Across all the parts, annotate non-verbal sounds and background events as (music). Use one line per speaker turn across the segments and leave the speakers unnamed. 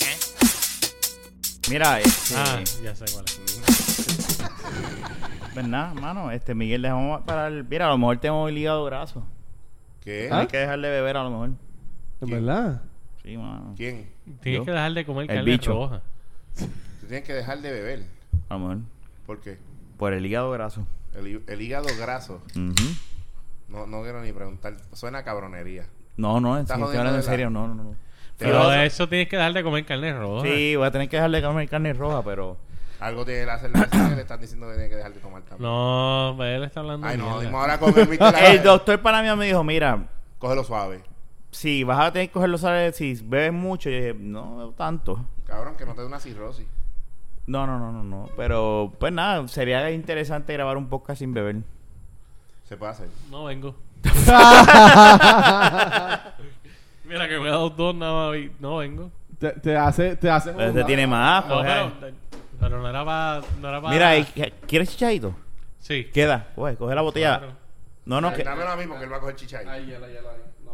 ¿Eh?
Mira, este,
Ah, ya sé cuál es.
pues nada, mano, este Miguel dejamos para el, mira, a lo mejor tengo el hígado graso.
¿Qué?
Hay que dejarle beber a lo mejor.
¿En verdad?
Sí, mano.
¿Quién?
Tienes
Yo.
que dejar de comer
El
carne
bicho.
roja.
Tú tienes que dejar de beber.
A lo mejor
¿Por qué?
por el hígado graso.
El, hí- el hígado graso.
Ujú.
No, no quiero ni preguntar. Suena a cabronería.
No, no, en
Estás
serio, estoy
jodiendo,
hablando en
¿verdad?
serio, no, no, no.
Pero de eso tienes que dejar de comer carne roja.
Sí, voy a tener que dejarle de comer carne roja, pero
Algo tiene la cerveza que le están diciendo que tiene que dejar de tomar también.
No, pues él está hablando.
Ay, no,
mierda.
dimos ahora con el Mr.
(laughs) el doctor para mí me dijo, mira,
Cógelo suave.
si vas a tener que cogerlo, ¿sabes? Si bebes mucho, yo dije, no bebo tanto.
Cabrón, que no te dé una cirrosis.
No, no, no, no, no. Pero, pues nada, sería interesante grabar un podcast sin beber.
Se puede hacer.
(laughs)
No vengo. Mira que me he dado dos nada más y no vengo.
Te, te hace. Te hace
Pero usted tiene más,
No,
pues,
pero,
eh.
pero no era para. No era pa-
Mira, eh, eh, ¿quieres chichadito?
Sí.
Queda, coge, coge la botella.
Claro.
No, no, que...
Dámelo a mí porque él va a coger chichay.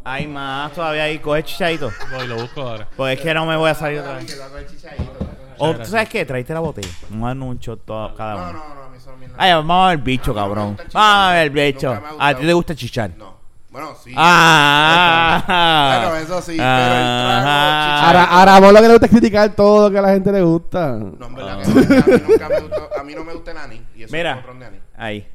Hay más todavía ahí, coge chichadito.
Voy, lo busco ahora.
Pues es que no me voy a salir otra
Dámelo a mí que
vez.
él va a coger chichayito.
O, ¿tú sabes qué? Traíste la botella. Vamos a darnos un shot todo- cada
No,
uno.
no, no, a mí son mil.
Ay, vamos a ver el bicho, cabrón.
gusta el chichar.
Vamos a ver el bicho.
Nunca me
A
ha
ti
gustado.
te gusta chichar.
No. Bueno, sí.
Ah,
Bueno, eso sí,
Ajá.
Ahora, ahora a vos lo que le gusta es criticar todo lo que a la gente le gusta.
No, en verdad que no, a mí nunca me gustó. A mí no me gusta el ani. Y eso
Mira.
es un patrón de ani.
Ahí.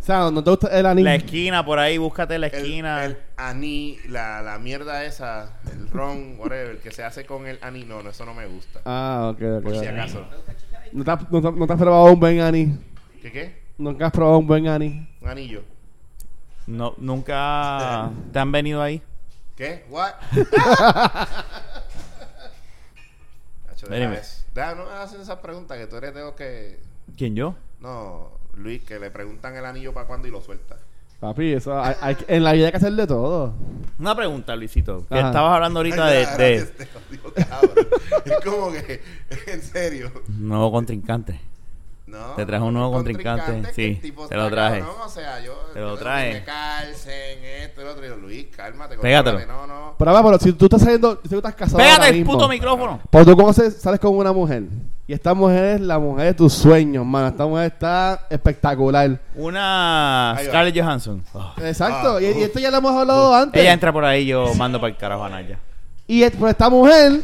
O sea, no te gusta el
La
anime.
esquina por ahí, búscate la
El,
esquina.
el aní, la, la mierda esa, el ron, whatever, que se hace con el aní, no, no, eso no me gusta.
Ah, ok, ok.
Por si
ok.
acaso.
No te has- no te- no te has probado un buen Ani.
¿Qué qué?
Nunca has probado un buen Ani.
Un anillo.
No, nunca te han venido ahí.
¿Qué?
(laughs)
¿What? Hacho, deja
Espérame.
eso. Deja, no me haces esas preguntas que tú eres tengo que.
¿Quién yo?
No, Luis, que le preguntan el anillo para cuándo y lo suelta.
Papi, eso hay- hay que- en la vida hay que hacer de todo.
Una pregunta, Luisito. Que
Ajá.
estabas hablando ahorita
Ay,
de,
ya,
de-
gracias, te jodió, cabrón. es como que, (laughs) en serio.
nuevo contrincante.
No,
Te trajo un nuevo contrincante,
es que el
sí,
tipo
te lo
está
traje.
cabrón, o sea, yo,
Te lo
yo tengo
traje.
Que me calcen, esto, el otro. Y yo, Luis, cálmate.
Pégatelo.
contrólate, No, no.
Pero, papá, pero si tú estás saliendo, si tú estás casado.
Pégate
ahora
el
mismo,
puto micrófono.
Pero tú conoces, sales con una mujer. Y esta mujer es la mujer de tus sueños, mano. Esta mujer está espectacular.
Una
Ahí va.
Scarlett Johansson.
Exacto.
Ah,
y, y
uf.
esto ya lo hemos hablado antes.
Ella entra por ahí, yo mando para el carajo a Naya.
Y es- pero esta mujer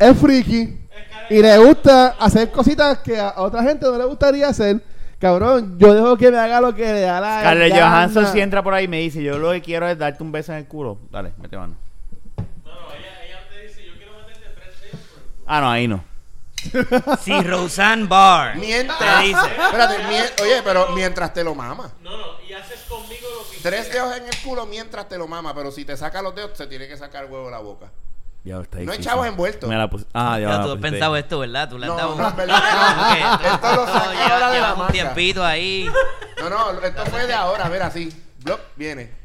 es friki y le gusta hacer cositas que a a otra gente no le gustaría hacer. Cabrón, yo dejo que me haga lo que le da la
Scarlett
gana.
Johansson si entra por ahí y me dice, yo lo que quiero es darte un beso en el culo. Dale, mete mano. Ah, no, ahí no.
Si (laughs) Roseanne Barr
Mientras.
te dice,
Espérate, mien- oye, pero mientras te lo mama.
No, no, y haces conmigo lo que.
Tres dedos en el culo mientras te lo mama, pero si te saca los dedos, se tiene que sacar el huevo de la boca.
Ya está
No hay
difícil.
chavos envueltos.
Me la puse- Ah, ya
ya pues,
la
tú has
pusiste.
pensado esto, ¿verdad? Tú le has
No,
dado
(laughs) no,
un-
es verdad.
(laughs) Ok,
Esto lo saca
lleva-
ahora de la
lleva un
manga.
tiempito ahí.
No, no, esto fue de ahora, a ver, así. Block, viene.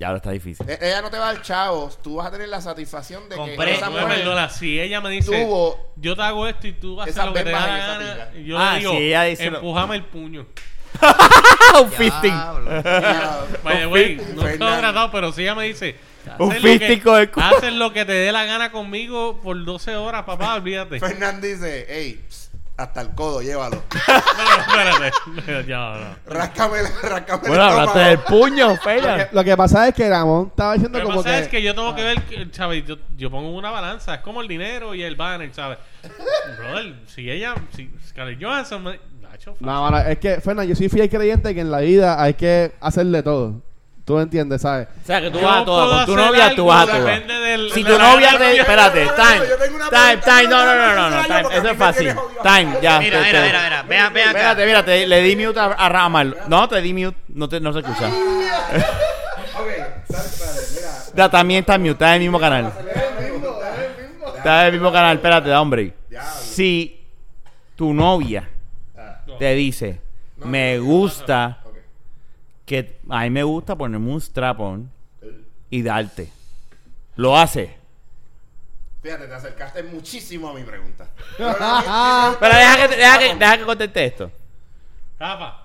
Ya lo está difícil.
E- ella no te va al chavos, tú vas a tener la satisfacción de
Compré.
que esa
Tú me
mujer- (laughs)
perdonas, si ella me dice,
Tuvo-
yo te hago esto y tú haces
Esas
lo que te da la
bembas y esa
gana,
pica.
yo
Ah,
le digo,
si ella dice lo-
empujame el puño.
¡Ah, un fisting!
Diablo.
Ya,
By the way, no
fisting,
te lo he
Fernando.
tratado, pero si ella me dice, haces
Un
lo
fisting
que-
con el culo.
Haces lo que te dé la gana conmigo por 12 horas, papá, olvídate.
Fernán dice, hey, psst, hasta el codo, llévalo.
No, no, (laughs) espérate. (laughs) No, ya, no.
Ráscame, (laughs) la- ráscame
(laughs)
el
Bueno, hablaste
estómago.
del puño,
Lo que,
Feya.
lo que pasa es que Ramón estaba diciendo
Lo que
como
pasa
que,
es que yo tengo que ver, que, ¿sabes? Yo, yo pongo una balanza, es como el dinero y el banner, ¿sabes? Brother, si ella, si Scarlett Johansson me... Nacho, fácil.
No, mano, es que, Fernan, yo soy fiel creyente que en la vida hay que hacerle todo. Tú me entiendes, ¿sabes?
O sea, que tú
Yo
vas a
puedo
todas. Con tu
hacer
novia, tú vas a
algo,
todas.
depende del-
Si
de
tu
la-
novia
de-
te... Espérate,
no, no,
time.
yo tengo una
Time,
pregunta,
time. No,
no,
no,
no,
no,
no,
no. no,
no,
time. Eso
porque a
es
mí me
fácil.
tienes odiado.
Time, ya.
Mira,
te-
mira,
te-
mira, mira, vea, vea acá.
Espérate, espérate. Le di mute a, a Ramal. No, te di mute. No, te, no se escucha.
Ok, dale, dale, mira.
Ya, también está mute. Está en el mismo canal. Está en el mismo canal. Espérate, da hombre. Si tu novia te dice, me gusta...
Ok.
que a mí me gusta ponerme un strapón y darte. Lo hace.
Fíjate, te acercaste muchísimo a mi
(laughs)
pregunta.
Pero deja que, deja que, deja que conteste esto.
Rafa,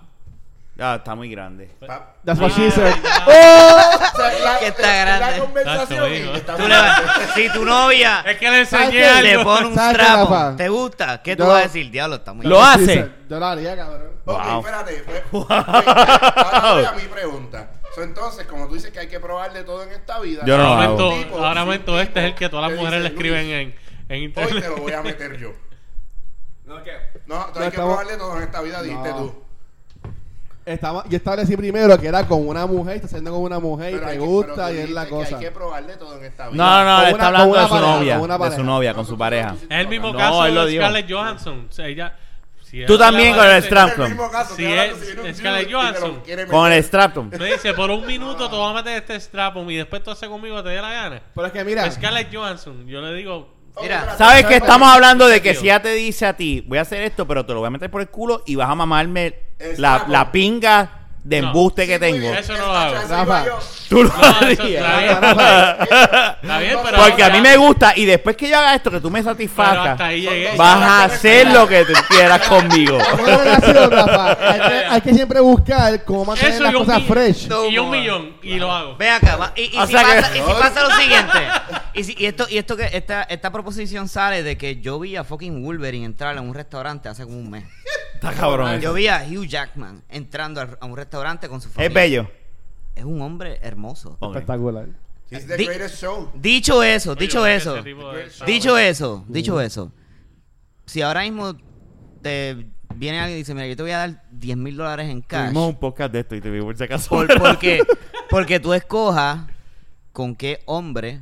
Ya, está muy grande.
Pa-
That's what she
Ah,
said.
ya.
¡Oh!
o sea, la-
Que está
la-
grande.
La
Está tu
conversación
hijo.
está
Tú le vas- si tu novia
Es que le enseñé
¿Sabes qué?
le
algo.
pone un
¿Sabes qué,
trapo,
Rafa?
¿te gusta? ¿Qué tú
Yo-
vas a decir? Diablo, está muy
Lo
bien.
hace.
Yo lo haría, cabrón.
Ok,
Wow.
espérate. pues, ok, Ahora voy a mi pregunta. So, entonces, como tú dices que hay que probar de todo en esta vida.
Yo no lo
Ahora
hago.
momento,
un tipo,
ahora
si un
momento este es el que a todas
te
las mujeres le
dice,
escriben
"Luis,
en, en (laughs)
Hoy te lo voy
internet.
a meter yo. No, entonces
No,
hay que
estamos-
probar de todo en esta vida, dijiste
No.
tú.
Estaba, yo establecí primero que era con una mujer, está haciendo con una mujer y
Pero
te
hay que- pero
gusta
tú
y es la
dijiste que
cosa.
Hay que probar de todo en esta vida.
No, no, no,
Con
le
una-
está hablando
con
de
una
su
pareja, con una
novia. De su
pareja.
novia, con su pareja.
Es el mismo
No,
caso
él lo
de
dijo.
Scarlett Johansson. O sea, ella, si
Tú
ella
también
la
con el
balance-
strap.
Es el mismo caso,
Si
estoy hablando,
es-
viene un
es Scarlett
dude y te lo
Johansson.
quiere meter.
Con el Strapton.
Me dice, por un minuto te vas a meter este strapon y después tú haces conmigo te dé la gana. Pues
Pero es que mira,
Scarlett Johansson, yo
(laughs)
le digo,
Ok,
Mira,
espérate,
¿Sabes que estamos hablando de que
Tío.
si ya te dice a ti, voy a hacer esto, pero te lo voy a meter por el culo y vas a mamarme
Exacto.
la, la pinga de
No.
embuste
Sí,
que
muy
tengo?
bien,
Eso no
esta
lo hago.
chance iba
Rafa.
yo.
(laughs) Tú lo
No, eso
harías.
está bien. está bien, pero.
Porque a
ya-
mí me gusta y después que yo haga esto, que tú me
Pero
satisfagas,
hasta ahí llegué.
vas a hacer lo que tú quieras conmigo.
una relación, Rafa, hay que, hay que siempre buscar cómo mantener
Eso
las
y un,
cosas
millón,
fresh.
y un millón y lo hago.
Ven acá, va- y, y
O
si
sea que-
pasa, y si pasa lo
(laughs)
siguiente. Y, si- y esto, y esto que esta, esta proposición sale de que yo vi a fucking Wolverine entrar a un restaurante hace como un mes.
Está cabrón.
Yo vi a Hugh Jackman entrando al- a un restaurante con su familia.
Es bello.
Es un hombre hermoso.
Ok.
Espectacular.
It's the
Di-
greatest show.
Dicho eso, dicho
Oye,
eso,
ese tipo de-
dicho eso,
Uh.
dicho eso, si ahora mismo te viene alguien y dice, mira, yo te voy a dar 10 mil dólares en cash,
Tuvimos un podcast de esto y te vi por si acaso. (laughs)
por- porque, porque tú escojas con qué hombre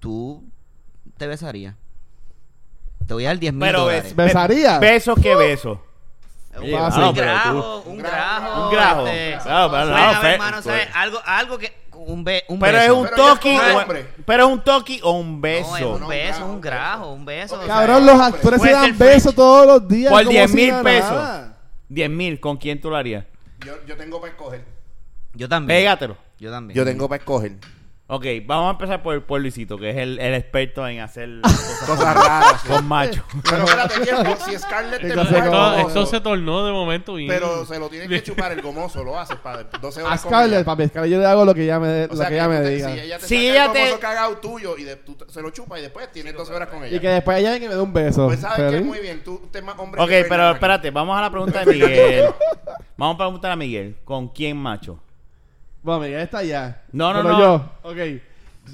tú te besarías. Te voy a dar 10 mil
Pero
dólares.
ves-
¿Besaría?
Besos que besos.
Un,
Oye,
un
no, pero
grajo, un
Un
grajo,
Un grajo.
este,
Claro, pero no,
bueno,
fe- pues.
hermano, ¿sabes? Algo, algo que... Un, be- un
Pero es
beso.
un
Pero ya es
toki.
como
o-
hombre.
Pero es un toki o un
No, es
beso.
un beso, un grajo, un beso. o sea,
Cabrón, los actores se
Puede ser
dan besos
fresh.
todos los días.
Por
como
10
si
mil
nada.
pesos. 10 mil, ¿con quién tú lo harías?
Yo, yo tengo para escoger.
Yo también.
Pégatelo.
Yo también.
tengo para escoger.
Ok, vamos a empezar por, por Luisito, que es el, el experto en hacer cosas
Cosas raras.
con macho.
Pero espérate, tiempo. Si Scarlett te lo
Entonces,
da el
Esto,
como-
esto
gomoso,
se tornó de momento bien.
pero se lo tienes que chupar el gomoso, lo haces, padre. 12
A
horas con
Scarlett,
ella.
papi, Scarlett, yo le hago lo que ella me,
O
lo
sea,
que ella me
tú te-
diga.
Si ella te
Si
saca
ella
el
te-
gomoso cagado tuyo y de- tú te- se lo chupas y después tienes 12 horas con
Y
ella.
que después ella venga y me dé un beso.
Pues sabes que
Feliz.
muy bien, tú te más hombre
Ok,
que
pero
Fernan.
espérate, vamos a la pregunta de Miguel. Vamos a preguntar a Miguel, ¿con quién macho?
Bueno, Miguel está allá.
No, no,
Pero
no.
yo, ok.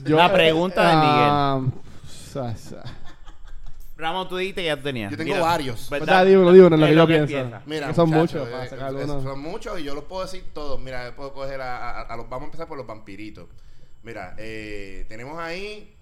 Yo-
La pregunta de
Ah, sa- sa.
Ramón, tú dijiste que ya tú tenías.
Yo tengo varios.
¿verdad?
Ya, digo, digo, no es lo
Es
que
lo
yo
que
pienso.
empieza.
Mira,
Que son
muchachos,
muchos para
eh,
sacar
es-
uno.
Son muchos y yo los puedo decir todos. Mira, yo puedo coger a, a- a los. Vamos a empezar por los vampiritos. Mira, eh, tenemos ahí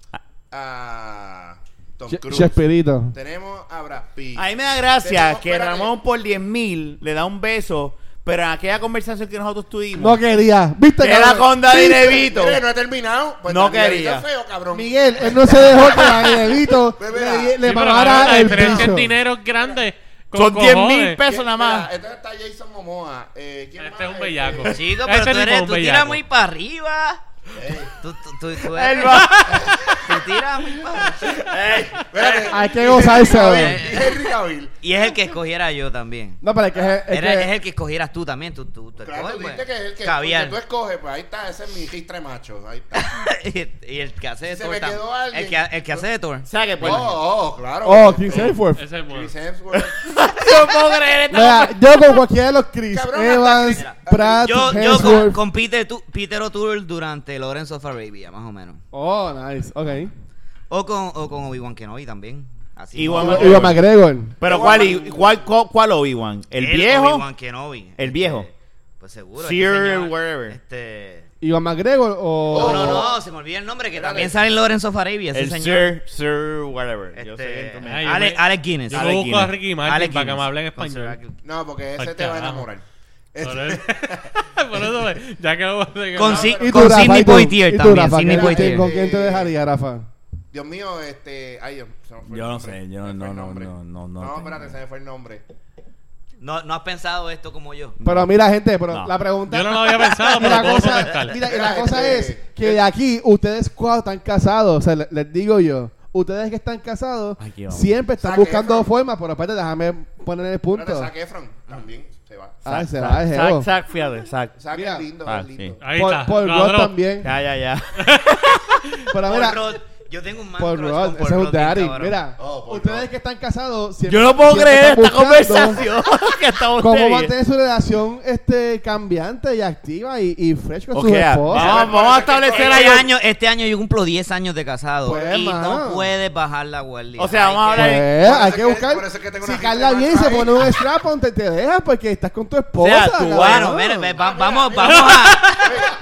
a Tom
Che-
Cruise.
Chespirito.
Tenemos a Brad Pitt.
A mí me da gracia
Tenemos-
que
espérate.
Ramón por 10 mil le da un beso, pero en aquella conversación que nosotros
No
tuvimos,
quería. ¿Viste
que era
cabrón?
con Dani
¿Viste?
Nevito.
Mire, no he terminado. Pues
No
Daniel
quería.
está feo, cabrón.
Miguel, él no se dejó que Dani Nevito
Pues mira.
le,
Sí,
le
pero,
mamara
mano, la
el
diferencia en
piso.
dinero es grande. con
Son 10 mil
cojones.
pesos nada más.
Mira, entonces está Jason Momoa. Eh, ¿quién
Este
más?
es un bellaco.
Eh,
Chico,
Ese
pero tú,
tipo es
eres,
un
tú tiras
bellaco.
muy para arriba.
eh,
Tú, tú, tú,
(laughs)
tú
Él
eres, (laughs)
va-
tú tiras muy para arriba.
(laughs)
espérate.
Hay que gozarse,
Miguel.
Y (laughs) Henry Cavill.
Y es el que escogiera yo también.
No, pero es que es, es
Era-
que-
es el que escogieras tú también. Tú, tú, tú
Claro, tú
escoges,
dijiste que es el que,
pues. Caviar.
el que tú escoges. Pues ahí está, ese es mi registre macho. Ahí está.
(laughs) y, y el que hace de
Se
Thor.
me quedó
tam-
alguien.
El que, el que hace de Thor.
O sea que por...
Oh, oh, claro.
Oh, Chris
Eh,
(laughs)
Hemsworth.
Ese es bueno.
Chris Hemsworth.
Yo puedo creer esta-
Vea, yo con cualquiera de los Chris
Cabrón, hasta
Evans,
Chris- hasta-
Pratt,
Yo, yo con,
Hemsworth.
con Peter, Tu- Peter O'Toole durante Lawrence of Arabia, más o menos.
Oh, nice. Ok.
O con, o con Obi-Wan Kenobi también. Así.
Igual-
Iba- Iba McGregor.
Pero ¿cuál, i- cuál, cuál, cuál Obi-Wan? ¿El, viejo?
Obi-Wan Kenobi.
El viejo.
Este, Pues seguro.
Sir
este señor,
whatever.
Este...
Iba McGregor o.
No, no, no, se me olvida el nombre, que también sale en Lawrence of Arabia, ese
Oh. El
señor.
Sir, Sir, whatever. Yo sé
Este,
que tú me-
Ay,
yo
Ale-
me-
Alex Guinness.
Yo
Alex
busco a
Guinness.
Ricky
Alex
Martin para que me
Guinness.
hablen
Con Sir
español.
Alex-
No, porque ese
Ay,
te va a
carajo.
enamorar. Este-
Por eso- (laughs) por eso, ya que vamos a-
Con,
No,
Si-
¿Y tú,
con
Rafa?
Sidney
¿Y tú?
Poitier
¿Y tú,
también.
Rafa?
Sidney
¿Quién-
Poitier.
¿Con quién te dejaría, Rafa?
Dios mío, este. Ay, Dios, se me fue el
Yo no
nombre.
sé, yo
Se me
no-
fue el
no,
nombre.
no, no, no
No,
tengo.
espérate, se me fue el nombre.
No, no has pensado esto como yo.
Pero mira, gente, pero
No.
la pregunta.
Yo no lo había pensado,
Y la
pero puedo
cosa,
contestar.
mira, y
Mira,
la cosa
este-
es que de aquí, ustedes cuatro están casados, o sea, le- les, digo yo, ustedes que están casados
Aquí vamos.
siempre están
Zac
buscando
Efron.
formas, pero aparte déjame poner el punto.
Espérate, Zac Efron también. Se va.
Ay, se va,
Zac,
es
Zac,
jevo.
Zac, fíjate, Zac.
Zack
Mira.
es lindo,
Ah,
es lindo.
sí.
Ahí
Por,
está.
por Rod
cabrón.
también.
Ya, ya, ya.
Pero
Paul
mira,
Rudd. Yo tengo un man
Paul
crush
Rudd,
con Paul
ese es un
Rudd, bien
daddy.
cabrón.
Mira,
Oh, Paul
ustedes
Rudd.
que están casados siempre-
Yo no puedo
siempre
creer
están
esta
buscando
conversación (laughs) que estamos
¿Cómo
teniendo.
mantener su relación este, cambiante y activa y, y fresh con
Ok,
su
vamos,
esposa?
vamos a establecer
Este
ahí.
año, este año yo cumplo 10 años de casado
Pues,
y
mano.
no puedes bajar la guardia.
O sea,
Hay
vamos a
que-
hablar-
Pues,
Por eso
hay que
es que-
buscar.
por eso es que tengo
si
una
Carla
gente
bien se
más
pone un strap te, te deja porque estás con tu esposa.
tú,
cabrón.
Bueno, mira, ve- va- vamos, vamos a,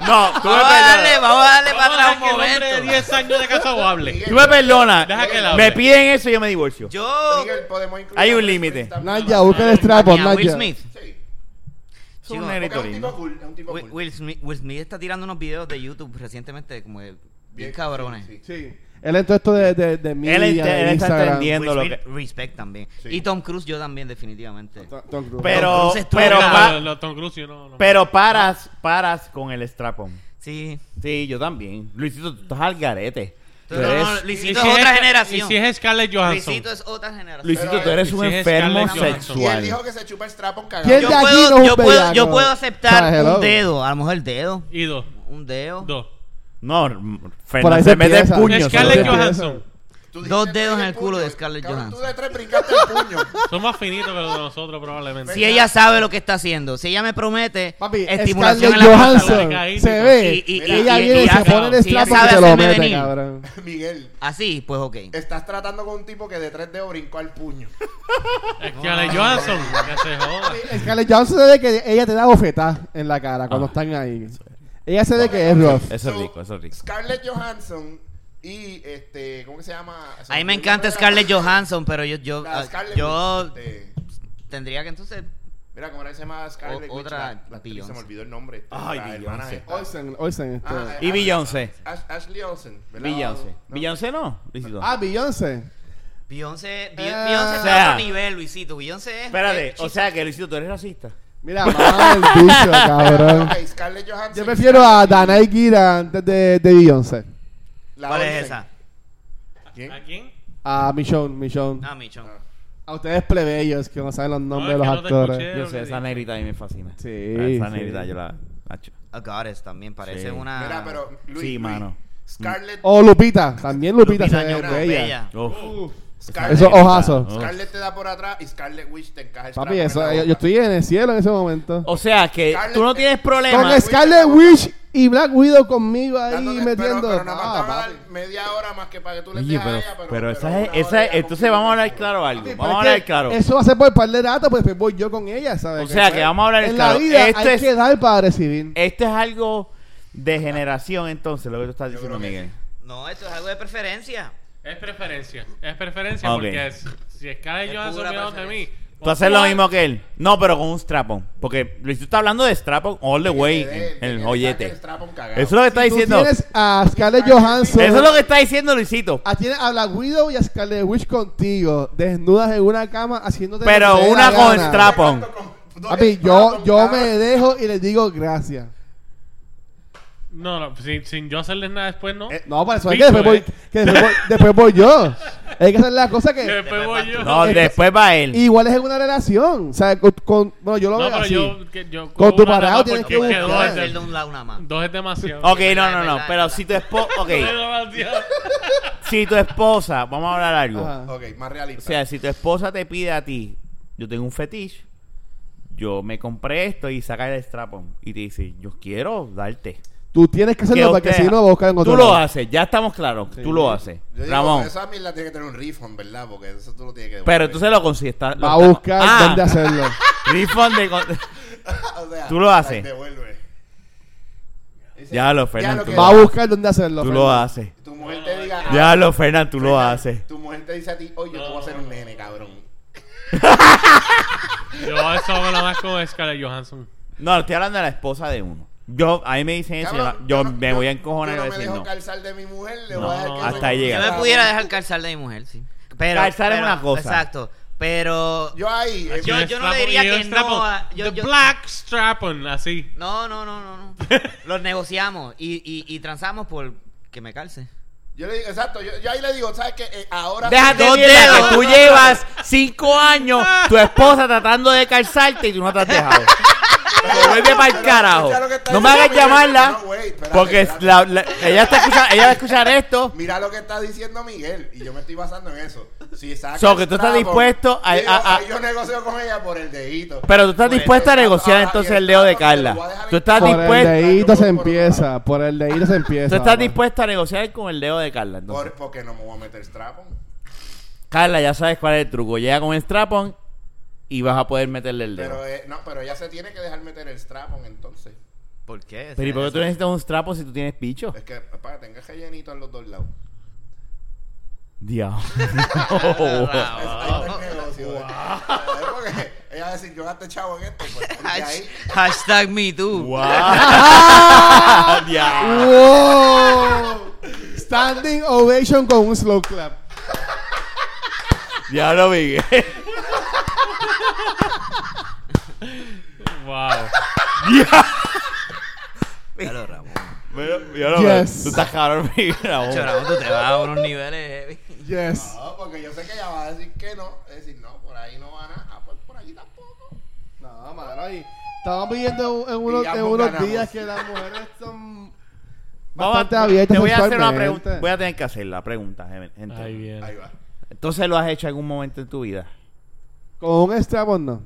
No, tú me
vamos a darle,
perdonas.
vamos a darle para
Vamos a
atrás
dejar
un
que el hombre de
momento.
10 años de casado hable.
Tú me perdonas.
Deja que la hable.
Me piden eso y yo me divorcio.
Yo,
Miguel, podemos incluir
Hay un
a Will
límite.
Smith también.
Naya, busca el strap
Mira, Will Smith.
Sí.
Es un
Chico,
Porque
negrito
Es un tipo
lindo.
cool, es un tipo
Will,
cool.
Will Smith, Will Smith está tirando unos videos de YouTube recientemente como de bien cabrones.
sí, sí.
Sí. Él entró esto de, de, de media,
Él, ente-
de
él está
Instagram.
entendiendo
Will
lo
Smith,
que.
respect también.
Sí.
Y Tom Cruise yo también definitivamente.
Tom- Tom Cruise.
Pero,
Tom Cruise es
pero,
trola.
pa-
Lo- lo- Tom Cruise, yo no- no-
pero paras, paras con el strapón.
Sí.
Sí, yo también. Luisito, tú estás al garete. Tú
No,
eres-
no, no,
Y
Luisito
si
es otra
es-
generación.
Y si es Scarlett Johansson.
Luisito es otra generación.
Luisito, tú
Pero,
eres
si
un
es
enfermo
Scarlett Johansson.
Y él
sexual.
dijo que se chupa el strapón
¿Quién
yo
de
cagado.
aquí
puedo,
no es un
yo, puedo,
bellaco?
yo puedo aceptar
Ah, hello.
un dedo, a lo mejor el dedo,
Y dos.
un dedo, dos,
Dos.
No,
Por ahí
Fernando
se
se mete
empieza.
puño.
Coño,
Scarlett
solo-
Johansson.
Tú
Dos
dijiste
dedos en
tres
el culo de
puños.
Scarlett
Cabrón,
Johansson.
Tú de tres brincaste el puño. (laughs)
Son más finitos que los de nosotros probablemente.
Si ella sabe lo que está haciendo, si ella me promete
Papi,
estimulación
Scarlett
en la panza,
Johansson
Caído,
se ve.
y- y-
y
y-
ella
y-
viene y,
y
se
hace-
pone el
si ella
strap y
sabe
se lo
hacerme
mete,
venir.
cabrón.
Miguel,
así, pues ok.
estás tratando con un tipo que de tres dedos brincó al puño.
Scarlett Johansson. Que se joda.
Scarlett Johansson se ve que ella te da bofetadas en la cara cuando
Ah.
están ahí. Ella se ve que es rough.
Eso es
So,
rico, eso es rico.
Scarlett Johansson y este, ¿cómo que se llama?
A mí me encanta Scarlett Johansson, pero yo, yo,
La
ah,
Scarlett
yo
Witch, este,
tendría que entonces...
mira, ¿cómo era que se llama Scarlett
O-
Witch?
otra
La- la actriz,
Beyoncé.
se me olvidó el nombre. este,
Ay,
La hermana
Beyoncé.
esta.
Olsen, Olsen. este.
Ah,
Y
eh,
Beyoncé.
Ash- Ashley Olsen, ¿verdad?
Beyoncé.
No.
Beyoncé no, Luisito.
Ah, Beyoncé.
Beyoncé, Be-
Ah.
Beyoncé
O sea-
está a otro nivel, Luisito. Beyoncé es-
Espérate,
es-
o sea que Luisito, tú eres racista.
Mira, mal bicho, cabrón.
Ok, Scarlett Johansson.
Yo prefiero a Danai Gira antes de, de Beyoncé.
La
¿Cuál es
Olsen.
esa?
¿Quién?
¿A quién?
A Michonne, Michonne.
Ah, Michon.
A ustedes plebeyos que no saben los nombres
No, es
de los
que no te
actores.
escuché.
Yo sé, esa negrita a mí me fascina. Ah,
Sí,
Esa
sí.
negrita yo la... Nacho.
A Goddess también, parece
Sí.
una...
Mira, pero Luis,
Sí,
Luis,
mano. Oh,
Scarlett,
O Lupita, también Lupita,
Lupita
se ve
Nyong'o,
bella.
bella.
Uf.
Scarlett,
Esos ojazos.
Oh.
Scarlett te da por atrás y Scarlett Witch te encaja el
Papi,
trapo en
eso,
la
yo,
boca.
yo estoy en el cielo en ese momento.
O sea que
Scarlett-
tú no tienes
Con
problema.
Scarlett-
Scarlet Witch y Black Widow conmigo ahí
Dándote-
metiendo.
Pero, pero nada más
Ah,
te van a
papi.
dar media hora más que para que tú le
Oye,
des a
pero,
ella, pero...
pero esa es,
una
esa
hora
es-
ya
entonces vamos a hablar claro algo.
Pero
Vamos a
es que
hablar claro.
Eso va a ser por el par de rato, pues después voy yo con ella, ¿sabes? Pues,
O sea, que vamos a hablar
En
claro.
la vida
Esto
hay
es-
que dar para recibir.
Esto es algo de generación, entonces, lo que tú estás
Yo
diciendo,
creo que
Miguel.
No, esto es algo de preferencia.
Es preferencia. Es preferencia
Ok.
porque es- si Scarlett
Es
Johansson
pura
viene donde mí. pues,
preferencia.
Tú haces lo
¿cuál?
mismo que él. No, pero con un strapón. Porque Luisito está hablando de strapón all the way
de- de
en, en
que le
el
saque
joyete.
el
Eso
strapón cagado.
es lo que está
Si tú
diciendo. Eso
tienes a Scarlett Johansson.
es lo que está diciendo
(laughs)
Luisito.
Ah, tiene a Black Widow y a Scarlet Witch contigo, desnudas en una cama, haciéndote. lo
Pero
que te dé
una
la
con
gana.
strap. Strapón.
Con- con-
eh,
Papi, yo, yo me dejo y les digo gracias.
No, no, sin, sin yo hacerles nada después, no.
Eh,
No, para eso es que
Bicho,
después voy,
eh.
que después voy, después voy yo. Hay que hacer la cosa
Que (laughs)
que.
después voy yo.
No,
Es que-
después va él.
Igual es en una relación. O sea, con. con- bueno, yo lo
No,
veo
pero
así.
yo, que, yo
Con tu
una
parado
nada más
tienes
porque
que
es
buscar.
dos,
Puedo
es
hacer de
de-
un lado una más.
dos es demasiado.
Ok,
es
no,
verdad,
no,
es
no.
verdad,
Pero
es
si tu esposa.
Dos (laughs) es
Ok.
demasiado.
Si tu esposa. Vamos a hablar algo.
Ajá.
Ok, más
O
realista.
sea, si tu esposa te pide a ti, yo tengo un fetiche, yo me compré esto y saca el strapón y te dice, yo quiero darte.
Tú tienes que hacerlo
¿Qué
para que
usted-
si no, va a buscar en otro
Tú lo
lado.
haces, ya estamos claros, tú lo haces.
Yo digo,
Ramón,
Esa mierda tiene que tener un refund, ¿verdad? Porque eso tú lo tienes que
pero
devolver.
entonces lo consigues. está- lo
Va a
está-
buscar
Ah, (laughs)
dónde hacerlo.
refund
(laughs)
de con-
O sea,
tú lo
la
haces.
Devuelve.
Ya lo, Fernando,
que-
tú
Va a buscar dónde hacerlo.
tú
Fernando.
lo haces.
Tu mujer te diga... ah,
Ya lo, Fernan, tú lo
Fernan,
haces.
Tu mujer te dice a ti, oye, yo te voy a hacer un nene, cabrón.
Yo eso hago nada más con Scarlett Johansson.
No, estoy hablando de la esposa de uno. Yo, a mí me dicen eso,
Cabrón,
yo,
no-
me voy a encojonar y voy
Yo no
a
me
decir
dejo
no.
calzar de mi mujer, le
No,
voy a dejar que
hasta
se-
ahí llega.
Yo me pudiera dejar calzar de mi mujer, sí. Pero,
Calzar es
pero-
una cosa.
Exacto. Pero.
Yo ahí... eh,
Yo-
Y
yo no le
strap-
diría
y yo
que
strap-on.
no a- yo-
The
yo-
Black Strap-on, así.
(laughs)
No, no, no, no. no. Los negociamos y, y, y transamos por que me calce.
Yo le digo, exacto, yo, yo ahí le digo, ¿sabes qué? Eh, ahora
Déjate
Dos
mierda
dedos.
que tú llevas cinco años tu esposa tratando de calzarte y tú no te has dejado. Pero Vuelve para el carajo.
escucha lo que está
No me
diciendo
hagas
Miguel.
llamarla
No, wait, espérate,
porque
espérate.
la- la- ella, está escucha- ella va a escuchar esto.
Mira lo que está diciendo Miguel y yo me estoy basando en eso. Si saca
So, que
el
tú estás
trapo,
dispuesto a-
digo,
a- a-
"Ay, yo negocio con ella por el dedito.
Pero tú estás
Por el
dispuesta a
dedito.
negociar
Ahora,
entonces
y
el dedo de
trapo te lo voy a
Carla.
dejar
Tú
en-
estás
Por
dispuesta.
el dedito
Por-
se
por-
empieza. Por el dedito se empieza.
Tú estás
papá.
dispuesta a negociar con el dedo de Carla. entonces.
Por- porque no me voy a meter trapo.
Carla, ya sabes cuál es el truco. Llega con el strapón y vas a poder meterle el dedo.
Pero, eh, no, pero ella se tiene que dejar meter el strapón entonces.
¿Por qué?
Pero ¿y por qué tú necesitas un strapón si tú tienes picho?
Es que, papá, tenga rellenito en los dos lados. (laughs)
Diablo. (laughs)
Es- ahí está el negocio. Eh, porque ella va a decir, yo gasté chavo en esto. Pues, ponte ahí.
Hashtag me too.
(laughs)
¡Guau! Diablo.
¡Wow! Standing ovation con un slow clap.
Diablo, Miguel.
Wow.
Claro, Ramón.
Pero, diablo, pero
Yes.
Tú estás cabrón, Miguel. aún.
Hacho, Ramón, tú te vas a unos niveles heavy.
Yes.
No, porque yo sé que ella va a decir que no. Es decir, no, por ahí no van a. Ah, pues por allí tampoco.
No, mano, y estamos viviendo en, en unos,
Y ambos
en unos
ganamos.
días que las mujeres son
Vamos
bastante
a,
abiertas
te voy a hacer una
sexualmente.
pregunta. Voy a tener que hacer la pregunta, gente.
Ahí viene.
Ahí va.
Entonces lo has hecho en algún momento en tu vida.
Con un strapón, no.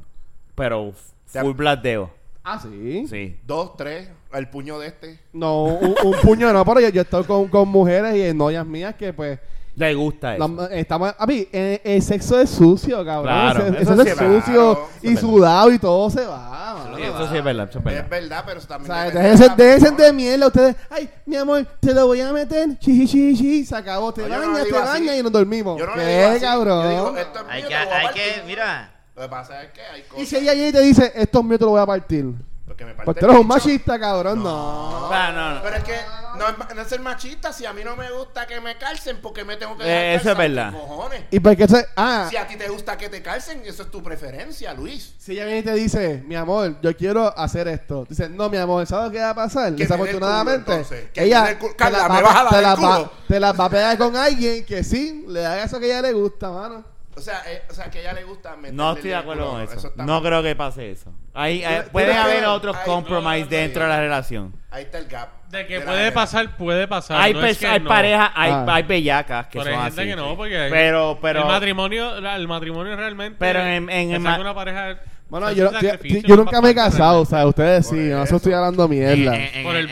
Pero
Ya.
full plateo.
Ah, sí.
Sí.
Dos, tres, el puño de este.
No, un, un puño no, pero yo, yo estoy con, con mujeres y novias mías que pues
¿Te gusta eso?
la- estamos a mí, eh, el, sexo es sucio, cabrón.
Claro,
el, el
eso
sexo
sí
es
es
verdad.
sucio
Claro,
eso
y
es verdad.
sudado y todo se va. mano.
Sí, eso sí es verdad, eso es verdad.
Es verdad, pero
O
también.
sea,
depende de
déjense,
la
déjense
persona.
de mierda ustedes. Ay, mi amor, te lo voy a meter. Chi, chi, chi, chi. Se acabó. Te
No, yo no le
bañas,
digo
te
así.
bañas y nos dormimos.
Yo no
¿Qué,
le digo así.
cabrón?
Yo digo, esto es mío,
Hay
te
que,
lo voy a
hay
partir.
que, mira.
Lo que pasa es que hay cosas.
Y si ella llega y te dice, estos míos te los voy a partir.
Porque me parte
Porque tú
el
eres un
bicho.
machista, cabrón. No.
Ah, no, no.
Pero es que no es, ma- no es ser machista. Si a mí no me gusta que me calcen, porque me tengo que.
Eh,
dejar
eso es
calzar,
verdad.
¿qué cojones?
Y porque se. Ah,
Si a ti te gusta que te calcen, eso es tu preferencia, Luis.
si ella viene y te dice, mi amor, yo quiero hacer esto. Dice, no, mi amor, ¿sabes qué va a pasar?
Que me dé el culo,
Desafortunadamente,
entonces. Que me dé
ella
el culo.
te la
Carla,
va-
¿me vas a dar
te
el
la va-
culo?
te la va a pegar con alguien que sí le haga eso que a ella le gusta, mano.
O sea, eh, o sea que a ella le gusta. meterle
No estoy de
el
acuerdo
culo.
con eso.
está
no
mal.
creo que pase eso. Ahí, ahí-
tú
pueden
no
haber
crees-
compromisos
Ay,
compromise
no, no, no,
dentro de la relación.
Ahí está el gap.
De que
la
puede
nena.
pasar, puede pasar.
hay
no
pe-
es que
hay
no.
parejas, hay,
Ah.
hay bellacas que
Pero
son
hay gente
así.
que no, porque hay-
pero, pero
el matrimonio, la- el matrimonio realmente.
Pero en- en-
te
en
saca
ma-
una pareja.
Bueno,
es
yo,
un
yo-
sacrificio
yo nunca me he
bastante (laughs)
casado, o
grande.
sea, ustedes sí,
Por
no
eso.
eso estoy hablando mierda.
Eh,
Por el-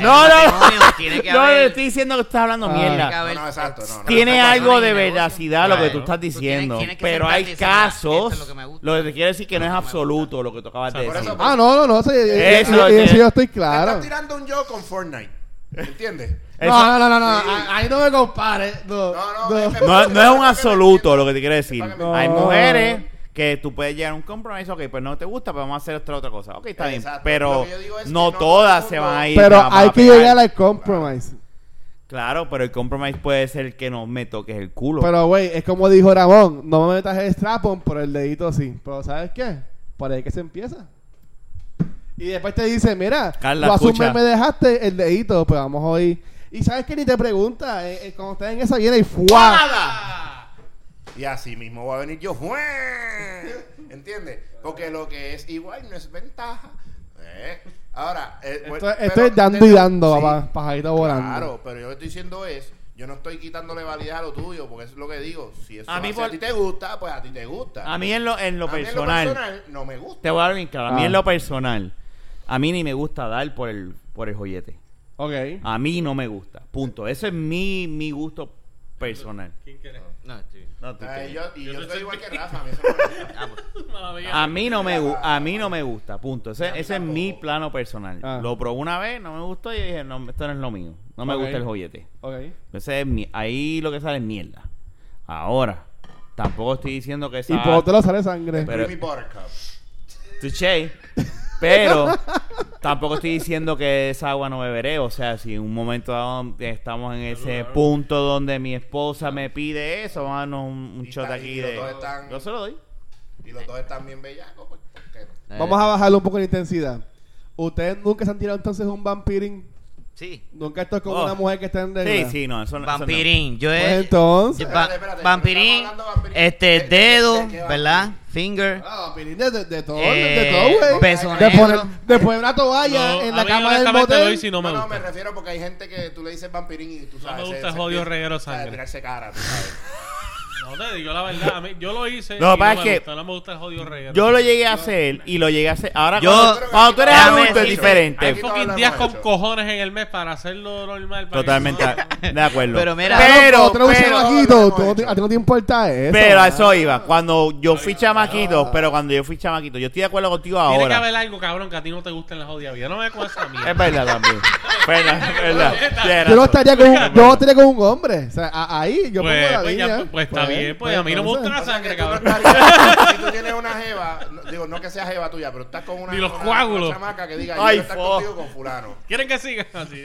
No, no, no.
Tiene que
no, le
haber.
estoy diciendo que tú estás hablando
Ah.
tiene que
mierda.
haber-
No, no, exacto. No, no.
Tiene
Pero-
algo de
Pero-
veracidad lo que tú
Claro.
estás
Tú tienes-
diciendo.
tienes que
pero
sentarte y
hay
decir, "Mira,
casos.
esto es lo que me gusta".
lo que quiere decir que no es absoluto lo que tú acabas
O sea,
de
por
decir.
eso-
Ah, no, no, no, eso,
Eso
eso,
es-
eso eh, yo estoy
Te
claro.
estás tirando un yo con Fortnite. ¿Entiendes?
Eso-
No, no, no, no, no, a- ahí no me compares.
No,
No,
no,
no.
me- me-
No, no es un absoluto lo que te quiere decir.
No.
Hay mujeres que tú puedes llegar a un compromiso, ok, pues no te gusta, pero vamos a hacer otra otra cosa. Ok, está bien.
Exacto.
Pero
Lo que yo digo es
no
que no
todas
todo
se
el
van a ir.
Pero
nada más
hay
a
que
pegar.
llegar al compromise.
Claro, pero el compromise puede ser que no me toques el culo.
Pero, güey, es como dijo Ramón, no me metas el strapón por el dedito así. Pero, ¿sabes qué? Por ahí que se empieza. Y después te dice, mira,
Carla,
tú hace un
escucha.
mes me dejaste el dedito, pues vamos hoy. Y sabes que ni te pregunta, eh, eh, cuando estás en esa viene y ¡fua!
Y así mismo va a venir yo. ¡Juan! ¿Entiendes? Porque lo que es igual no es ventaja. ¿Eh? Ahora, eh,
Esto-
bueno,
Esto,
pero-
es dando y dando,
sí,
papá, pajarito volando.
Claro, pero yo lo que estoy diciendo es, yo no estoy quitándole validez a lo tuyo, porque eso es lo que digo. Si eso
A
a,
mí
ti
por-
a ti te gusta, pues a ti te gusta.
a mí en lo, en lo
A mí en
personal,
no me gusta.
te voy a dar bien claro, a mí
Ah.
en lo personal, a mí ni me gusta dar por el, por el joyete.
Ok.
A mí no me gusta. Punto. Eso es mi, mi gusto personal.
¿Quién quiere?
No, estoy bien.
No, tú
Ay,
qué.
yo, y
Yo
yo,
te
soy
estoy-
igual que Rafa, a mí eso no me gusta.
Ah, pues,
Mala mía.
A mí no me gu- a mí no me gusta, punto. Ese, ese es mi plano personal.
Ah.
Lo probé una vez, no me gustó y dije, no, esto no es lo mío. No me
Ok.
gusta el joyete.
Ok.
Entonces es mi- ahí lo que sale es mierda. Ahora, tampoco estoy diciendo que
Y
esa
por otro lado sale sangre.
Pero-
Creamy Buttercup.
Touché. pero tampoco estoy diciendo que esa agua no beberé. O sea, si en un momento dado estamos en ese punto donde mi esposa me pide eso, vamos a darnos un, un
Y
shot
está-
aquí
y los
de.
dos están-
Yo se lo doy.
Y los dos están bien bellacos, pues, ¿por qué no?
Vamos a bajarle un poco la intensidad. ¿Ustedes nunca se han tirado entonces un vampiring?
Sí.
Nunca esto es como
Oh.
una mujer que está en
Sí,
regla.
sí, no, eso no. eso no.
Vampirín. Yo
Eh,
Pues
es.
entonces.
yo- va-
Espérate, espérate,
vampirín.
estamos hablando de vampirín.
Este,
¿De- de- de-
dedo,
de qué
¿verdad? Finger.
Ah, vampirín de, de, de todo, de
Eh,
todo, güey.
beso
De
negro.
poner, de poner una toalla
No,
en
a
la
mí
cama del
honestamente lo
motel.
hice y no me
No, no,
gusta.
me refiero porque hay gente que tú le dices vampirín y tú sabes.
me gusta
se- se
jodido
empieza-
reguero de
sabes,
sangre.
Tirarse
(laughs)
cara, tú sabes.
No te digo la verdad, a mí, yo lo hice.
No,
y
pasa
no,
que-
me gusta, no me gusta el jodido reguero.
Yo lo llegué a hacer y lo llegué a hacer. Ahora,
Yo-
cuando, cuando tú eres
Déjame
adulto, es
decirte,
diferente.
aquí
Hay
todos lo
fucking
hemos
días con
hecho.
cojones en el mes para hacerlo normal. para que-
Totalmente
No,
de acuerdo.
Pero mira-
pero,
Otro un
pero,
chamaquito,
lo
tú no
hemos
te-
hecho.
a ti no te importa eso.
pero a eso iba. Cuando yo fui chamaquito, pero cuando yo fui chamaquito, yo estoy de acuerdo contigo
Tiene que haber
ahora. Eh,
algo, cabrón, que a ti no te gusta en la jodida vida. No me con esa mierda.
Es verdad también. Verdad, es
(laughs)
verdad. Tienes
yo
razón.
no estaría con un, yo no estaría con un hombre. O sea, a- ahí yo
Pues,
pongo la
pues, ya,
línea.
pues, pues, está bien, pues, a mí no me gusta
entonces.
la
O sea, que
sangre,
tú no
cabrón. (laughs)
estarías- si tú tienes una jeva, no- digo, no que sea jeva tuya, pero estás con una,
Ni los
una-
coágulos.
una chamaca que diga, yo
Ay,
quiero estar
fo.
contigo con fulano.
¿Quieren que siga?
(laughs)
Así.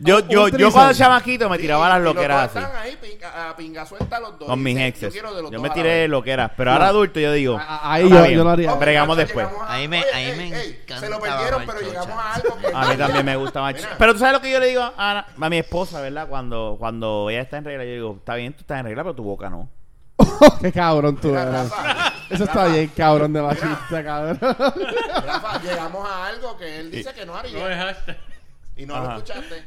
Yo,
Un
yo, yo
threesome.
cuando chamaquito me
Y-
tiraba
y
las
los dos
loqueras así.
Están ahí pinga- a pinga suelta los dos.
Con
Y
mis
dicen, yo
exes.
quiero de los
Yo
dos
me
a la
tiré
vez.
loqueras. Pero ahora adulto yo digo.
A- a- Ahí
está
yo,
bien.
yo lo haría.
Ok,
Bregamos
entonces
después.
llegamos
Ahí me-
oye,
ahí
ey,
me
ey, se lo
encantaba
perdieron, pero
Machocha.
llegamos a algo que.
A mí también me gusta más.
Mira.
Pero tú sabes lo que yo le digo a, Ana- a mi esposa, ¿verdad? Cuando, cuando ella está en regla, yo digo, está bien, tú estás en regla, pero tu boca no.
(laughs) Qué cabrón tú
Mira,
eres.
Rafa,
Eso está
Rafa,
bien, cabrón de machista, cabrón. (laughs)
Rafa, llegamos a algo que él dice que no haría.
No dejaste.
Y no
Ajá.
lo escuchaste.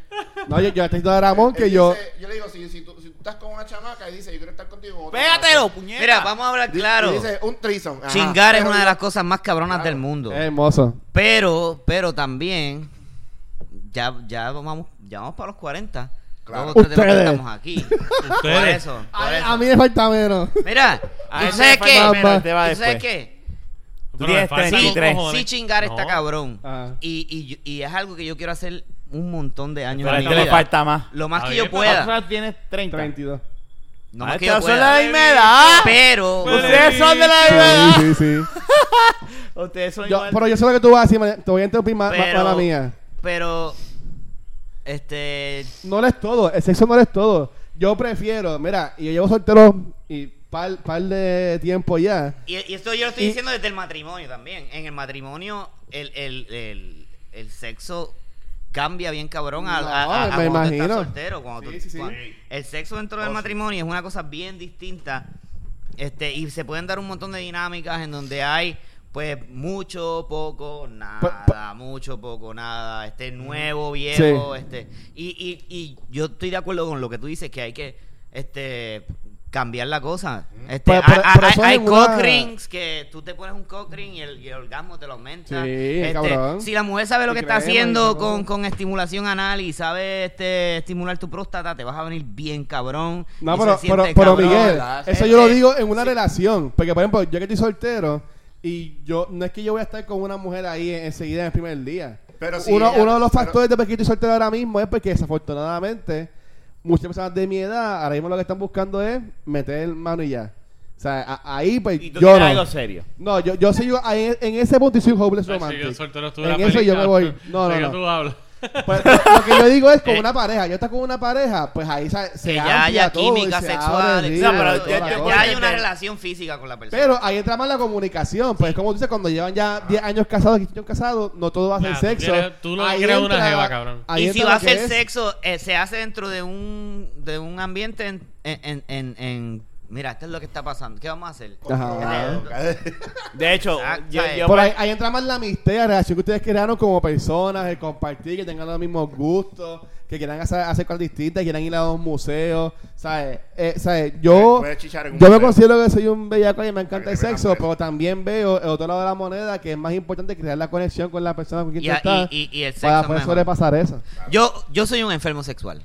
No, yo, yo estoy diciendo a Ramón que
Él
yo.
dice- yo le digo, si, si, tú, si tú estás con una chamaca y dice, yo quiero estar contigo. con otra
¡Pégatelo,
chamaca".
puñeta!
Mira, vamos a hablar
Y
pues, claro.
dice, un trison.
Chingar es una de las cosas más cabronas del mundo.
Es
Eh.
hermoso.
Pero, pero también, ya, ya vamos, ya vamos para los 40.
Claro.
Dos o tres de los que
Ustedes.
estamos aquí. Por eso, por
A, a
eso.
mí me
(laughs)
falta menos.
Mira,
A
¿tú
Ah, ese
sabes
le
qué?
falta menos,
Papá.
te este va
¿Tú sabes
después.
qué?
Pero
Tienes
me faltan
Sí,
los
33.
cojones.
sí chingar está
No.
cabrón.
Ah.
Ajá.
Y, y, y es algo que yo quiero hacer un montón de años
Pero a
en
ti
mi
le
vida.
falta más.
Lo más
Está
que
bien,
yo
pero
pueda.
Nosotros tienes 30.
32.
No
Ah,
más que yo
estas son la
pueda.
misma edad.
Pero,
Pero-
Ustedes son de la
Sí,
misma edad.
sí, sí.
Ustedes son
Yo-
igual.
pero yo sé lo que tú vas a decir, ma- te voy a interrumpir más, más
pero,
para la mía.
pero, este,
No lo es todo, el sexo no lo es todo. Yo prefiero, mira, y yo llevo soltero y par, par de tiempo ya.
Y, y esto yo lo estoy
Y-
diciendo desde el matrimonio también. En el matrimonio, el, el, el, el sexo cambia bien cabrón a, a- a- a
No, me
cuando tú
imagino.
estás soltero. Cuando
Sí,
tú-
sí, sí. Oh,
cuando- el sexo dentro del matrimonio es una cosa bien distinta. Este, y se pueden dar un montón de dinámicas en donde hay pues mucho, poco, nada, mucho, poco, nada, este
Mm.
nuevo, viejo, este, y, y, y yo estoy de acuerdo con lo que tú dices, que hay que este cambiar la cosa. Este,
Pero- pero-
hay-
pero
hay-
eso es
hay
una-
cock rings que tú te pones un cock ring y el, y el orgasmo te lo aumenta.
Sí,
Este,
cabrón.
Si la mujer sabe lo
Y
que está
crema, y
haciendo
cabrón.
con, con estimulación anal y sabe este, estimular tu próstata, te vas a venir bien cabrón.
No,
y
pero,
se
pero,
siente
pero
cabrón.
Miguel,
¿verdad?
eso
Eh,
yo lo
eh,
digo en una relación. Porque, por ejemplo, yo que estoy soltero y yo no es que yo voy a estar con una mujer ahí en- enseguida en el primer día.
Pero si
uno,
ella-
uno de los
pero- (laughs)
factores de por qué estoy soltero ahora mismo es porque desafortunadamente muchas personas de mi edad ahora mismo lo que están buscando es meter mano y ya. O sea, a- ahí pues
Y tú
yo
tienes
no.
algo serio.
No, yo, yo soy en, en ese punto y soy un hopeless
Ay, si yo
romántico.
soltero estuve
En
la
eso yo
película.
me voy. No,
¿De
no,
qué
no.
tú hablas?
Pues, lo que yo digo es con una pareja. Yo estoy con una pareja, pues ahí se, se
que ya
amplia
haya
todo y
química
se
sexual,
abre,
etc.
sí,
No, pero
toda
ya-
la
ya-
ya,
cosa.
hay una relación física con la persona.
Pero ahí entra más la comunicación. Pues como dices, cuando llevan ya 10 años casados, 15 años casados, no todo va a ser
Nah, tú
sexo.
quieres- tú lo que
Ahí
quieres es
entra-
una jeva, cabrón.
ahí
y
entra
si va
lo
a
que
ser
es-
sexo, eh, se hace dentro de un, de un ambiente en, en, en, en- Mira, esto es lo que está pasando. ¿Qué vamos a hacer? Eh,
Ah,
Ajá.
De hecho,
Ah,
yo,
¿sabes?
yo
Por ahí, ahí entra más la amistad, la relación que ustedes crearon como personas, el compartir, que tengan los mismos gustos, que quieran hacer, hacer cosas distintas, que quieran ir a los museos, ¿sabes? Eh, ¿sabes? Yo,
Puedes chichar en un
yo me
museo.
considero que soy un bellaco y me encanta
Para que
el
te vean
sexo,
preso.
pero también veo el otro lado de la moneda que es más importante crear la conexión con la persona con quien
Y,
tú
a-
estás
y, y- y el sexo
para
es
poder
mejor.
sobrepasar pues, eso.
Yo, yo soy un enfermo sexual.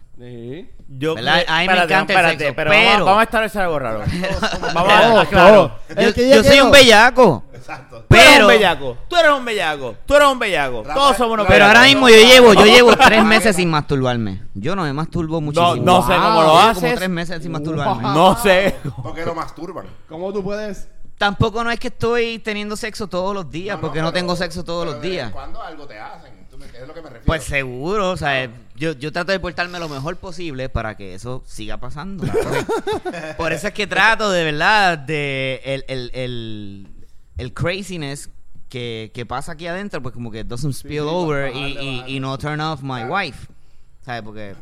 Yo
¿Verdad?
creo-
A mí me encanta el sexo,
pero, vamos-
pero-
Vamos, a establecer
(laughs)
algo raro.
(laughs)
vamos
Todo,
a aclarar.
todo.
Yo,
El que yo
yo soy
quiero-
un bellaco.
Exacto.
Tú eres un
Pero-
bellaco. Tú eres un bellaco. Tú eres un bellaco.
Rafa-
Todos somos unos
Rafa-
Pero
bellacos.
ahora mismo yo llevo, yo llevo tres meses sin masturbarme. Yo no me masturbo muchísimo.
no sé cómo lo
Llevo
haces.
Como tres meses sin masturbarme.
Wow.
No
(laughs)
sé.
Porque lo masturban.
¿Cómo tú puedes?
Tampoco no es que estoy teniendo sexo todos los días, porque no
pero-
tengo sexo todos
pero
los
de vez en
días.
Cuando algo te hacen, tú me, es lo que me refiero.
Pues seguro, o sea, yo, yo trato de portarme lo mejor posible para que eso siga pasando. Porque- Por eso es que trato de verdad de el, el, el, el craziness que, que pasa aquí adentro, pues como que doesn't spill over y,
bajarle,
y- y
bajarle.
no turn off my wife. ¿Sabes? Porque.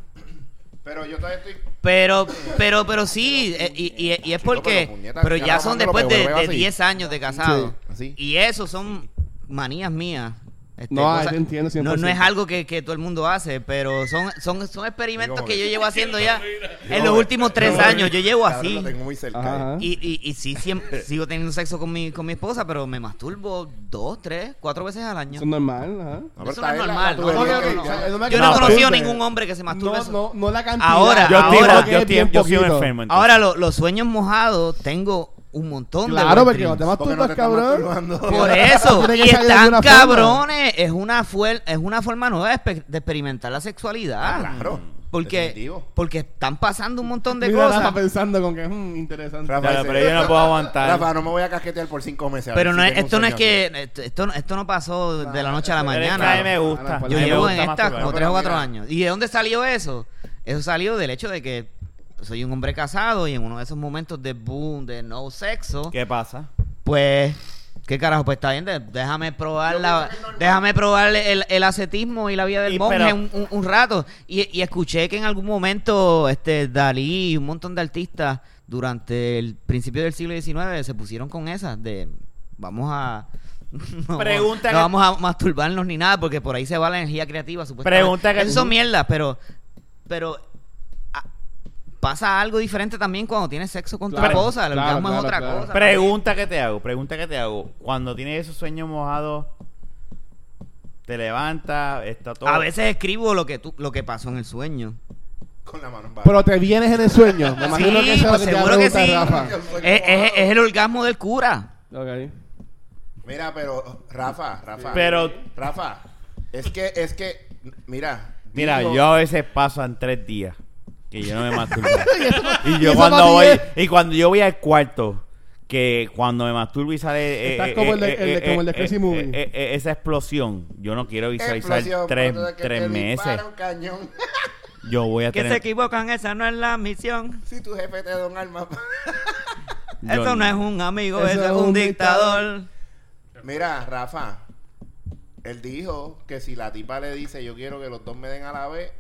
Pero yo todavía estoy.
Pero, pero, pero sí, eh, y, y- y es
Chico, pero
porque.
puñeta,
Pero
siga
ya son
mamándolo,
después
pero
de,
huevo,
de
así.
10 años de casado.
Sí, así.
Y eso son manías mías. Este,
No, yo entiendo
no,
100%.
no es algo que, que todo el mundo hace, pero son, son, son experimentos
Digo,
que yo
porque-
llevo haciendo ya en
Yo-
los últimos tres
yo-
años. Yo llevo
Cabrón,
así.
Lo tengo muy cerca.
Ajá.
Y, y, y sí, siempre, sigo teniendo sexo con mi, con mi esposa, pero me masturbo dos, tres, cuatro veces al año.
Eso es normal, ajá.
No, pero
Eso no
está
es
bien, la-
normal,
la
no, no,
tubería
no,
que-
no,
ya-
Eh, me
Yo no he
No,
conocido
disculpe.
ningún hombre que se masturbe.
No,
eso.
no, no la cantidad.
Ahora,
Yo, estoy-
ahora
yo,
que
yo
es
estoy-
bien
yo soy un
poquito.
enfermo. entonces.
Ahora, lo- los sueños mojados, tengo un montón de.
Claro,
wet
porque no
dreams.
te
Porque no
masturbas,
te estás
cabrón.
masturbando.
Por eso,
Tiene que
y
salir de alguna
están
forma.
cabrones. Es una, fuer- es una forma nueva de, espe- de experimentar la sexualidad.
Ah, claro.
Porque,
Definitivo.
porque están pasando un montón de
Mira, Rafa
cosas.
pensando con que es interesante.
Rafa,
Claro,
ese-
pero yo no puedo aguantar.
Rafa, no me voy a casquetear por cinco meses. a
Pero
ver
no
si
es,
tengo
esto
un
no es
sueño
que.
aquí.
Esto, esto, no- esto no pasó de la noche a la
Pero es que a mí
mañana.
me gusta.
Yo
A mí
Yo
me
llevo en
gusta
estas
masturbarme.
como 3 o
Pero
4
mira.
años. ¿Y de dónde salió eso? Eso salió del hecho de que soy un hombre casado y en uno de esos momentos de boom, de no sexo,
¿Qué pasa?
pues, ¿qué carajo? Pues está bien, de- déjame probar, la, déjame probar el, el ascetismo y la vida del
Y
monje
pero-
un, un- un rato. Y, y escuché que en algún momento este Dalí y un montón de artistas durante el principio del siglo XIX se pusieron con esas de vamos a... (laughs) No,
Pregunta
no
que-
vamos a masturbarnos ni nada porque por ahí se va la energía creativa supuestamente.
Pregunta que-
Eso son mierdas, pero... pero a- Pasa algo diferente también cuando tienes sexo con tu
Claro,
esposa. El
claro,
orgasmo es
claro,
otra
claro.
cosa.
Pregunta que te hago, pregunta que te hago. Cuando tienes esos sueños mojados, te levantas, está todo.
A veces escribo lo que tú, lo que pasó en el sueño.
Con la mano en barra.
Pero te vienes en el sueño. Me imagino
Sí,
que eso es lo
pues
que te va a
seguro que
preguntar,
sí.
Rafa.
Es, es- es el orgasmo del cura.
Ok.
Mira, pero Rafa, Rafa.
Pero-
Rafa, es que, es que, mira.
Mira,
digo-
yo a veces pasan tres días que yo no me masturbo. y
y
yo
eso
cuando
para ti
voy,
es-
y cuando yo voy al cuarto, que cuando me masturbo y sale.
Estás como el de- el de- como el de Crazy Movie.
eh, eh, esa explosión, yo no quiero visualizar
Explosión,
tres,
cuando te- que te
tres meses.
dispara un cañón. (laughs)
Yo voy a
Que se
tener.
equivocan, esa no es la misión.
si tu jefe te da un arma.
yo
eso no es un amigo,
Eso
eso es un dictador.
Mira, Rafa, él dijo que si la tipa le dice yo quiero que los dos me den a la vez,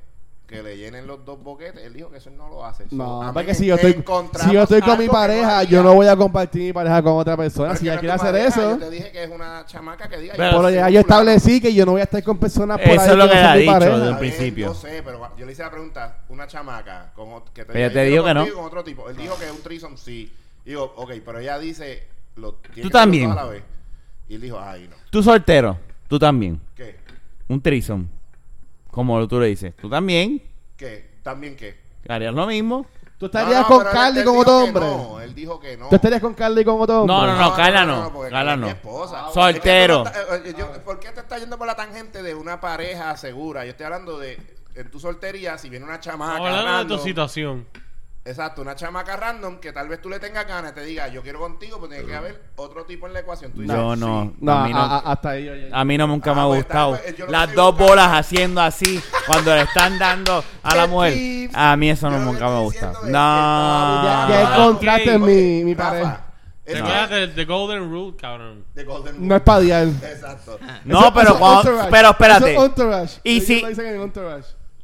que le llenen los dos boquetes, él dijo que eso no lo hace. So, a
No,
mí
porque
me-
si yo estoy,
encontramos
si yo estoy con mi
algo que no
pareja,
haría.
yo no voy a compartir mi pareja con otra persona.
Pero
Si
que
ella
no
quiere
es tu
hacer
pareja,
eso,
Yo te dije que es una chamaca que diga.
Pero
pero
soy
ya yo
un fulano.
establecí que yo no voy a estar con personas por
Eso
ahí
es lo
que
que le
no son
ha
mi
dicho,
pareja.
desde-
Está
al
bien,
principio.
Yo sé, pero yo le hice la pregunta, una chamaca con ot- que te
Ella te
"Quiero
dijo que
contigo
no".
y Con otro tipo. Él dijo que es un threesome, sí. Y Digo, ok, pero ella dice, lo, tiene que ser
también.
los dos A la vez. Y él dijo, ay, no.
Tú soltero, tú también.
¿Qué?
Un trison. Como tú le dices. Tú también
¿Qué? ¿También qué?
harías lo mismo.
No,
¿Tú estarías
no,
con
pero él-
Carly
él
con
dijo
otro
que
hombre?
No, él dijo que no. Ah,
¿Tú estarías con Carly con otro hombre?
No, no, no. Carla no,
porque
Carla
es mi
no. Ah,
esposa.
Soltero.
Es que tú no estás- eh, eh, yo- ¿Por qué te estás yendo por la tangente de una pareja segura? Yo estoy hablando de en tu soltería, si viene una chamaca.
Estamos hablando de
random-
tu situación.
Exacto, una chamaca random que tal vez tú le tengas ganas y te diga, yo quiero contigo, pero tiene que haber otro tipo en la ecuación. Tú dices,
Yo
sí.
no.
No,
"Ah, a mí no.
a- a- hasta ahí. yo- yo-
A mí no nunca me
Ah,
ha
pues,
gustado.
está, pues, yo lo
Las
estoy
dos
buscando.
bolas haciendo así cuando le están dando a la
Qué
mujer.
tips.
A mí eso no,
Yo lo
nunca
que
me ha
estoy
gustado.
diciendo es que
Ya,
No.
ya
Ah,
encontraste
ok.
mi, mi
Rafa,
pareja.
es
Recuerda
que-
que The Golden Rule, cabrón.
de Golden Rule.
No es padial.
(laughs) Exacto.
No, pero cuando- pero espérate. Y
Y
si-
si...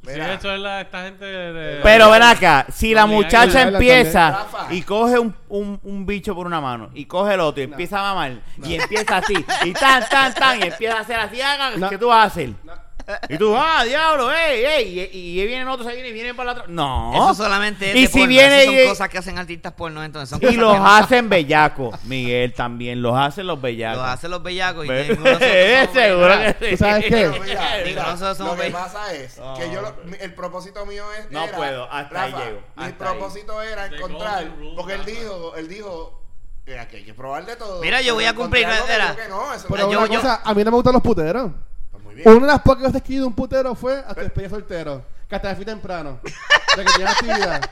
Sí,
Mira,
eso es la, esta gente de... de-
Pero ven acá, si la
No, mira,
muchacha
mira, mira,
empieza
Rafa.
y coge un, un, un bicho por una mano y coge el otro y empieza a mamar y empieza así y tan, tan, tan y empieza a hacer así, haga,
No.
¿qué tú vas a hacer? Y tú, ah, diablo, ey, ey, y, y vienen otros, ahí vienen y vienen para la otra. No.
Eso solamente es
Y
de
si
porno,
viene
eso
y-
son cosas que hacen artistas porno, entonces son
Y
cosas
los
que no-
hacen bellacos, Miguel también, los hacen los bellacos.
los hacen los bellacos y
Ve- (laughs)
ninguno de nosotros somos
Seguro
bellaco.
que sí.
¿Tú sabes qué?
pero mira,
Digo,
mira,
nosotros somos
lo que
veinte.
pasa es que yo lo- mi- el propósito mío es
No
era-
puedo, hasta ahí
Rafa,
llego,
Mi
hasta
propósito era
The
encontrar,
Golden Rule,
porque él
Rafa.
dijo, él dijo que aquí hay que probar de todo.
Mira, yo voy
pero
a cumplir,
encontré
espera.
algo que digo que no, eso
Pero
Yo-
una
yo-
cosa, a mí no me gustan los puteros.
Está Pues muy bien.
Una de las pocas veces que he ido a un putero fue hasta despedir soltero. Que hasta me fui temprano. O sea, que tenía actividad.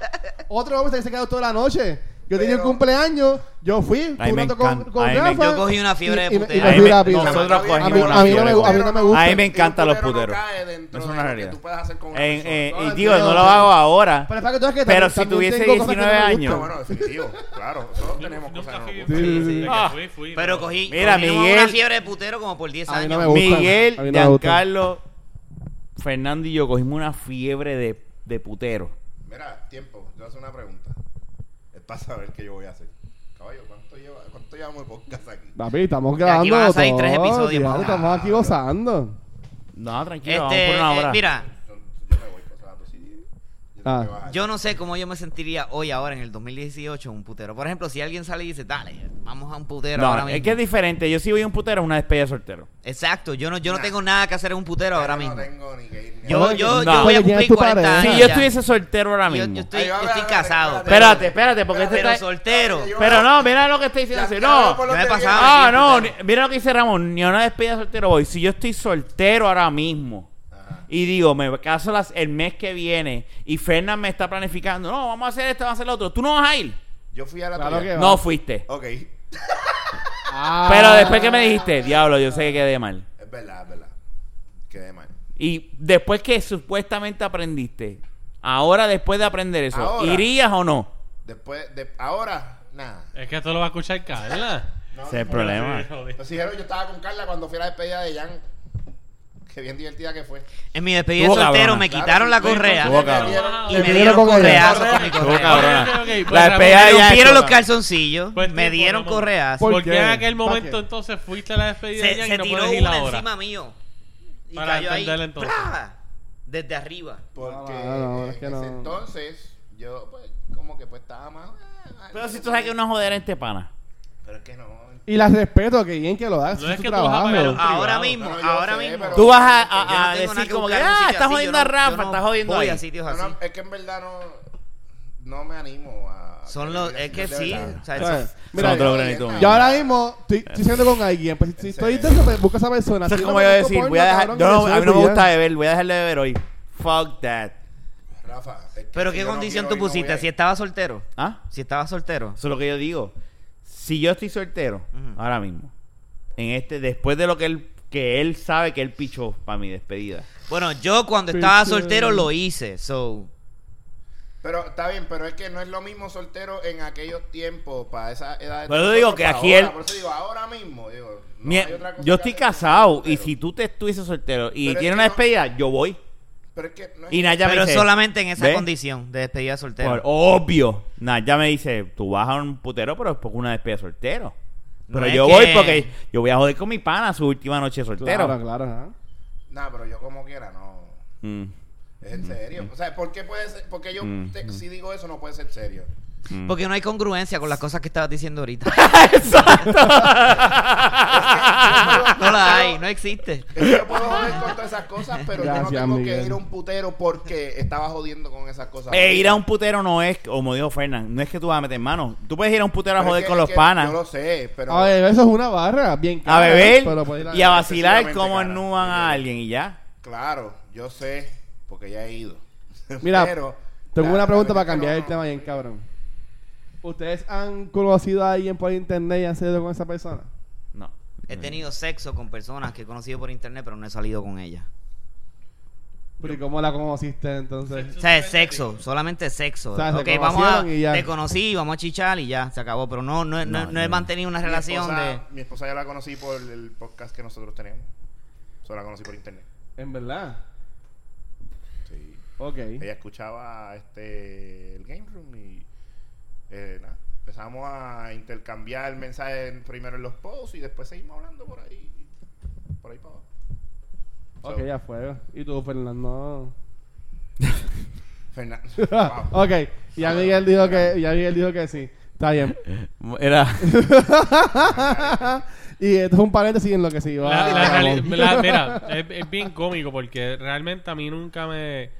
Otro hombre se ha quedado toda la noche. Yo tenía un
Pero-
cumpleaños, yo fui,
A mí me
tú con,
encanta,
con
a mí me
Rafa.
Yo cogí una fiebre de
y- y me-
putero.
Y,
A
me
mí
fui
me-
rápido.
nosotros
a,
cogimos
mí,
una
a mí no me,
fiebre.
a mí no me gusta.
A mí me encantan
Un
los
putero no
puteros.
cae
Eso
dentro
es
de
una
lo que
realidad.
tú puedas hacer con una
En-
persona.
eh,
Ah,
y digo, no
entiendo.
lo hago ahora.
Pero, para que tú veas que
Pero
también-
si
también
tuviese
tengo cosas que no me
19
gustan.
años.
No, bueno, definitivo, claro. Todos tenemos
Nunca
cosas que
fui-
nos
Sí,
gustan.
sí, sí.
desde que
Ah.
fui, fui,
Pero cogí,
Mira,
cogí una-
Miguel-
una fiebre de putero como por 10
A mí
años.
no me gusta. A mí
Miguel,
no me gusta.
Giancarlo, Fernando y yo cogimos una fiebre de, de putero.
Mira, tiempo, te voy a hacer una pregunta. Es para saber qué yo voy a hacer. Caballo, ¿cuánto, lleva, cuánto llevamos de podcast aquí?
Papi, estamos
Y aquí
grabando.
van a salir tres
todo,
episodios,
diablo,
papá.
estamos aquí gozando.
No, tranquilo,
Este,
vamos por una
eh,
hora.
mira,
Yo, yo me voy, pues, cosa tú sí. Yo tengo
Ah.
que bajar.
yo no sé cómo yo me sentiría hoy, ahora, en el 2018, en un putero. Por ejemplo, si alguien sale y dice, dale, vamos a un putero ahora
no,
mismo.
es que es diferente. Yo sí voy a un putero a una despedida de soltero.
Exacto, yo no, yo no
Nah.
tengo nada que hacer en un putero ahora
Yo
mismo.
No tengo ni que ir ni
Yo,
Oye,
yo,
no.
yo voy a
Oye, ¿quién
cumplir
es tu
40
pareja? Ah,
Si
años.
yo
ya.
estuviese soltero ahora
Yo- yo
mismo.
estoy,
Ahí va,
yo
ahí
estoy
va,
casado.
ahí va, ahí
Espérate, espérate, porque este
Pero
está...
soltero.
Yo-
Pero no, mira lo que estoy diciendo.
Ya,
si
ya,
no,
por lo
No me
que
pasaba.
viene.
Ah,
Bien,
no,
putero.
ni- mira lo que dice Ramón, ni a una despedida de soltero voy. Si yo estoy soltero ahora mismo
Ajá.
y digo, me caso las, el mes que viene y Fernan me está planificando, no, vamos a hacer esto, vamos a hacer lo otro, tú no vas a ir.
Yo fui a la
Claro
tuya.
que
No fuiste.
Ok,
Ah.
Pero después que me dijiste, diablo, yo sé que quedé mal.
es verdad, es verdad. Quedé mal.
Y después que supuestamente aprendiste, ahora después de aprender eso,
Ahora.
¿irías o no?
Después, de, ahora, nada.
Es que esto lo va a escuchar Carla.
No,
Ese es el problema.
Sí, joder.
Entonces dijeron, yo estaba con Carla cuando fui a la despedida de Jan. Qué bien divertida que fue.
En mi despedida de
Estuvo
soltero
cabrona.
me quitaron la
Claro,
correa
sí,
Estuvo
sí,
cabrón.
y
Le
me
dieron
dieron
con ella.
correazos con mi
Estuvo
Estuvo
correa.
cabrona.
Ok, ok, pues,
La despedida
Ramón,
Me
ya
rompieron
hecho.
los calzoncillos,
Pues,
me
tiempo,
dieron
Ramón.
correazos.
¿Por
¿Por qué
qué?
en aquel
¿Para
momento
qué?
entonces fuiste a la despedida de
Se,
ella y
se
no
tiró
puedes ir
una
ahora?
encima mío. Y
Para
cayó ahí.
entenderla entonces.
¡plá! Desde arriba.
Porque
No, no, no, es que
en ese
no.
entonces, yo, pues, como que pues estaba más. ah,
Pero
ah,
si tú sabes que una jodera en este pana.
Pero es que no.
Y las respeto, que bien que lo das.
No
es
es
su
que tú vas a
trabajo.
pagar un-
Ahora
privado.
mismo,
No, no, yo
ahora
sé,
mismo.
pero-
Tú vas a, a-
Yo no
a
tengo nada
decir
que
como que,
buscar en un
ah,
sitio
estás
así, yo
jodiendo
no-
a
yo
Rafa,
no
estás jodiendo
voy
ahí.
a sitios
No,
así.
no, es que en verdad no, no me animo a.
Son los, es que
de
sí.
verdad.
o sea,
¿Sabes?
eso-
Mira,
Son otros granitos.
yo ahora mismo estoy, estoy siendo con alguien. Pues si
En
estoy
serio.
intenso, pues busco a esa persona.
Eso es
Si
como
no,
yo
busco
decir,
porno,
voy a dejar.
cabrón,
Yo no-
que
a mí no me
suelto y
gusta
ya.
beber, voy a dejar de beber hoy. Fuck that.
Rafa, es que
Pero
si
qué
yo no
condición
quiero
tú
ir, no voy
pusiste,
a
si
ir.
estaba soltero.
¿Ah?
Si estaba soltero.
Eso es lo que yo digo. Si yo estoy soltero,
Ujú.
ahora mismo, en este, después de lo que él, que él sabe que él pichó para mi despedida.
Bueno, yo cuando estaba
Picheo.
soltero lo hice, so.
Pero está bien, pero es que no es lo mismo soltero en aquellos tiempos, para esa edad.
Pero yo digo que aquí
ahora,
él-
Por eso digo, ahora mismo. Digo, no
Mi-
hay otra cosa
yo estoy
que hacer que
casado
soltero.
y si tú te estuvieses soltero y
Pero
tienes
es que
una
no-
despedida, yo voy.
Pero es que no es-
Y Naya me
Pero
dice,
solamente en esa
"Ve".
condición de despedida de soltero.
Por- obvio. Naya me dice, tú vas a un putero, pero es porque una despedida de soltero.
No
Pero
es
yo
que-
voy porque yo voy a joder con mi pana su última noche soltero.
Claro, claro. ajá.
Nah, pero yo como quiera, no.
Mm,
Es en serio. O sea, ¿por qué puede ser? Porque yo,
Mm,
te- si digo eso, no puede ser serio.
mm.
Porque no hay congruencia con las cosas que estabas diciendo
(laughs)
ahorita. (laughs) No la hay, no existe.
Es que Yo puedo joder con todas esas cosas, pero yo
Gracias,
no tengo que
Miguel.
ir a un putero porque estaba jodiendo con esas cosas.
Eh, ir a un putero no es, como dijo Fernán, no es que tú vas a meter mano. Tú puedes ir a un putero a
Pero
joder
es que-
con
es
los
que
panas,
Yo lo sé, Ah, pero.
A ver, eso es una barra. Bien
a
cara,
beber
pero puedes ir a-
y a vacilar
Excesivamente
como
cara.
ennuban a alguien y ya.
Claro, yo sé, porque ya he ido.
Mira,
(laughs) Pero,
tengo
la-
una
la
pregunta
verdad
para
es que
cambiar
no,
el tema
no.
bien, cabrón. ¿Ustedes han conocido a alguien por internet y han salido con esa persona?
No.
He tenido sexo con personas que he conocido por internet, pero no he salido con ellas.
Pero ¿y cómo la conociste entonces?
O sea, es sexo, solamente sexo.
O sea, se
ok, vamos a.
conocieron y ya.
Te conocí, vamos a chichar y ya, se acabó. Pero no, no, no,
No,
no he
no.
mantenido una relación
mi esposa,
de.
Mi esposa ya la conocí por el podcast que nosotros teníamos. Solo la conocí por internet.
En verdad.
Sí.
Ok.
Ella escuchaba este el game room y eh, nada, empezamos a intercambiar mensajes en- primero en los posts y después seguimos hablando por ahí. Por ahí para abajo. So,
Ok, ya fue. ¿Y tú, Fernando? (laughs)
Fernan- wow.
ok. Ya Miguel dijo que, ya Miguel dijo que sí. Está bien.
Era.
(laughs)
y esto es un paréntesis en lo que sí iba.
La- la
Ramón. (laughs)
reali- la- mira, es, es bien cómico porque realmente a mí nunca me.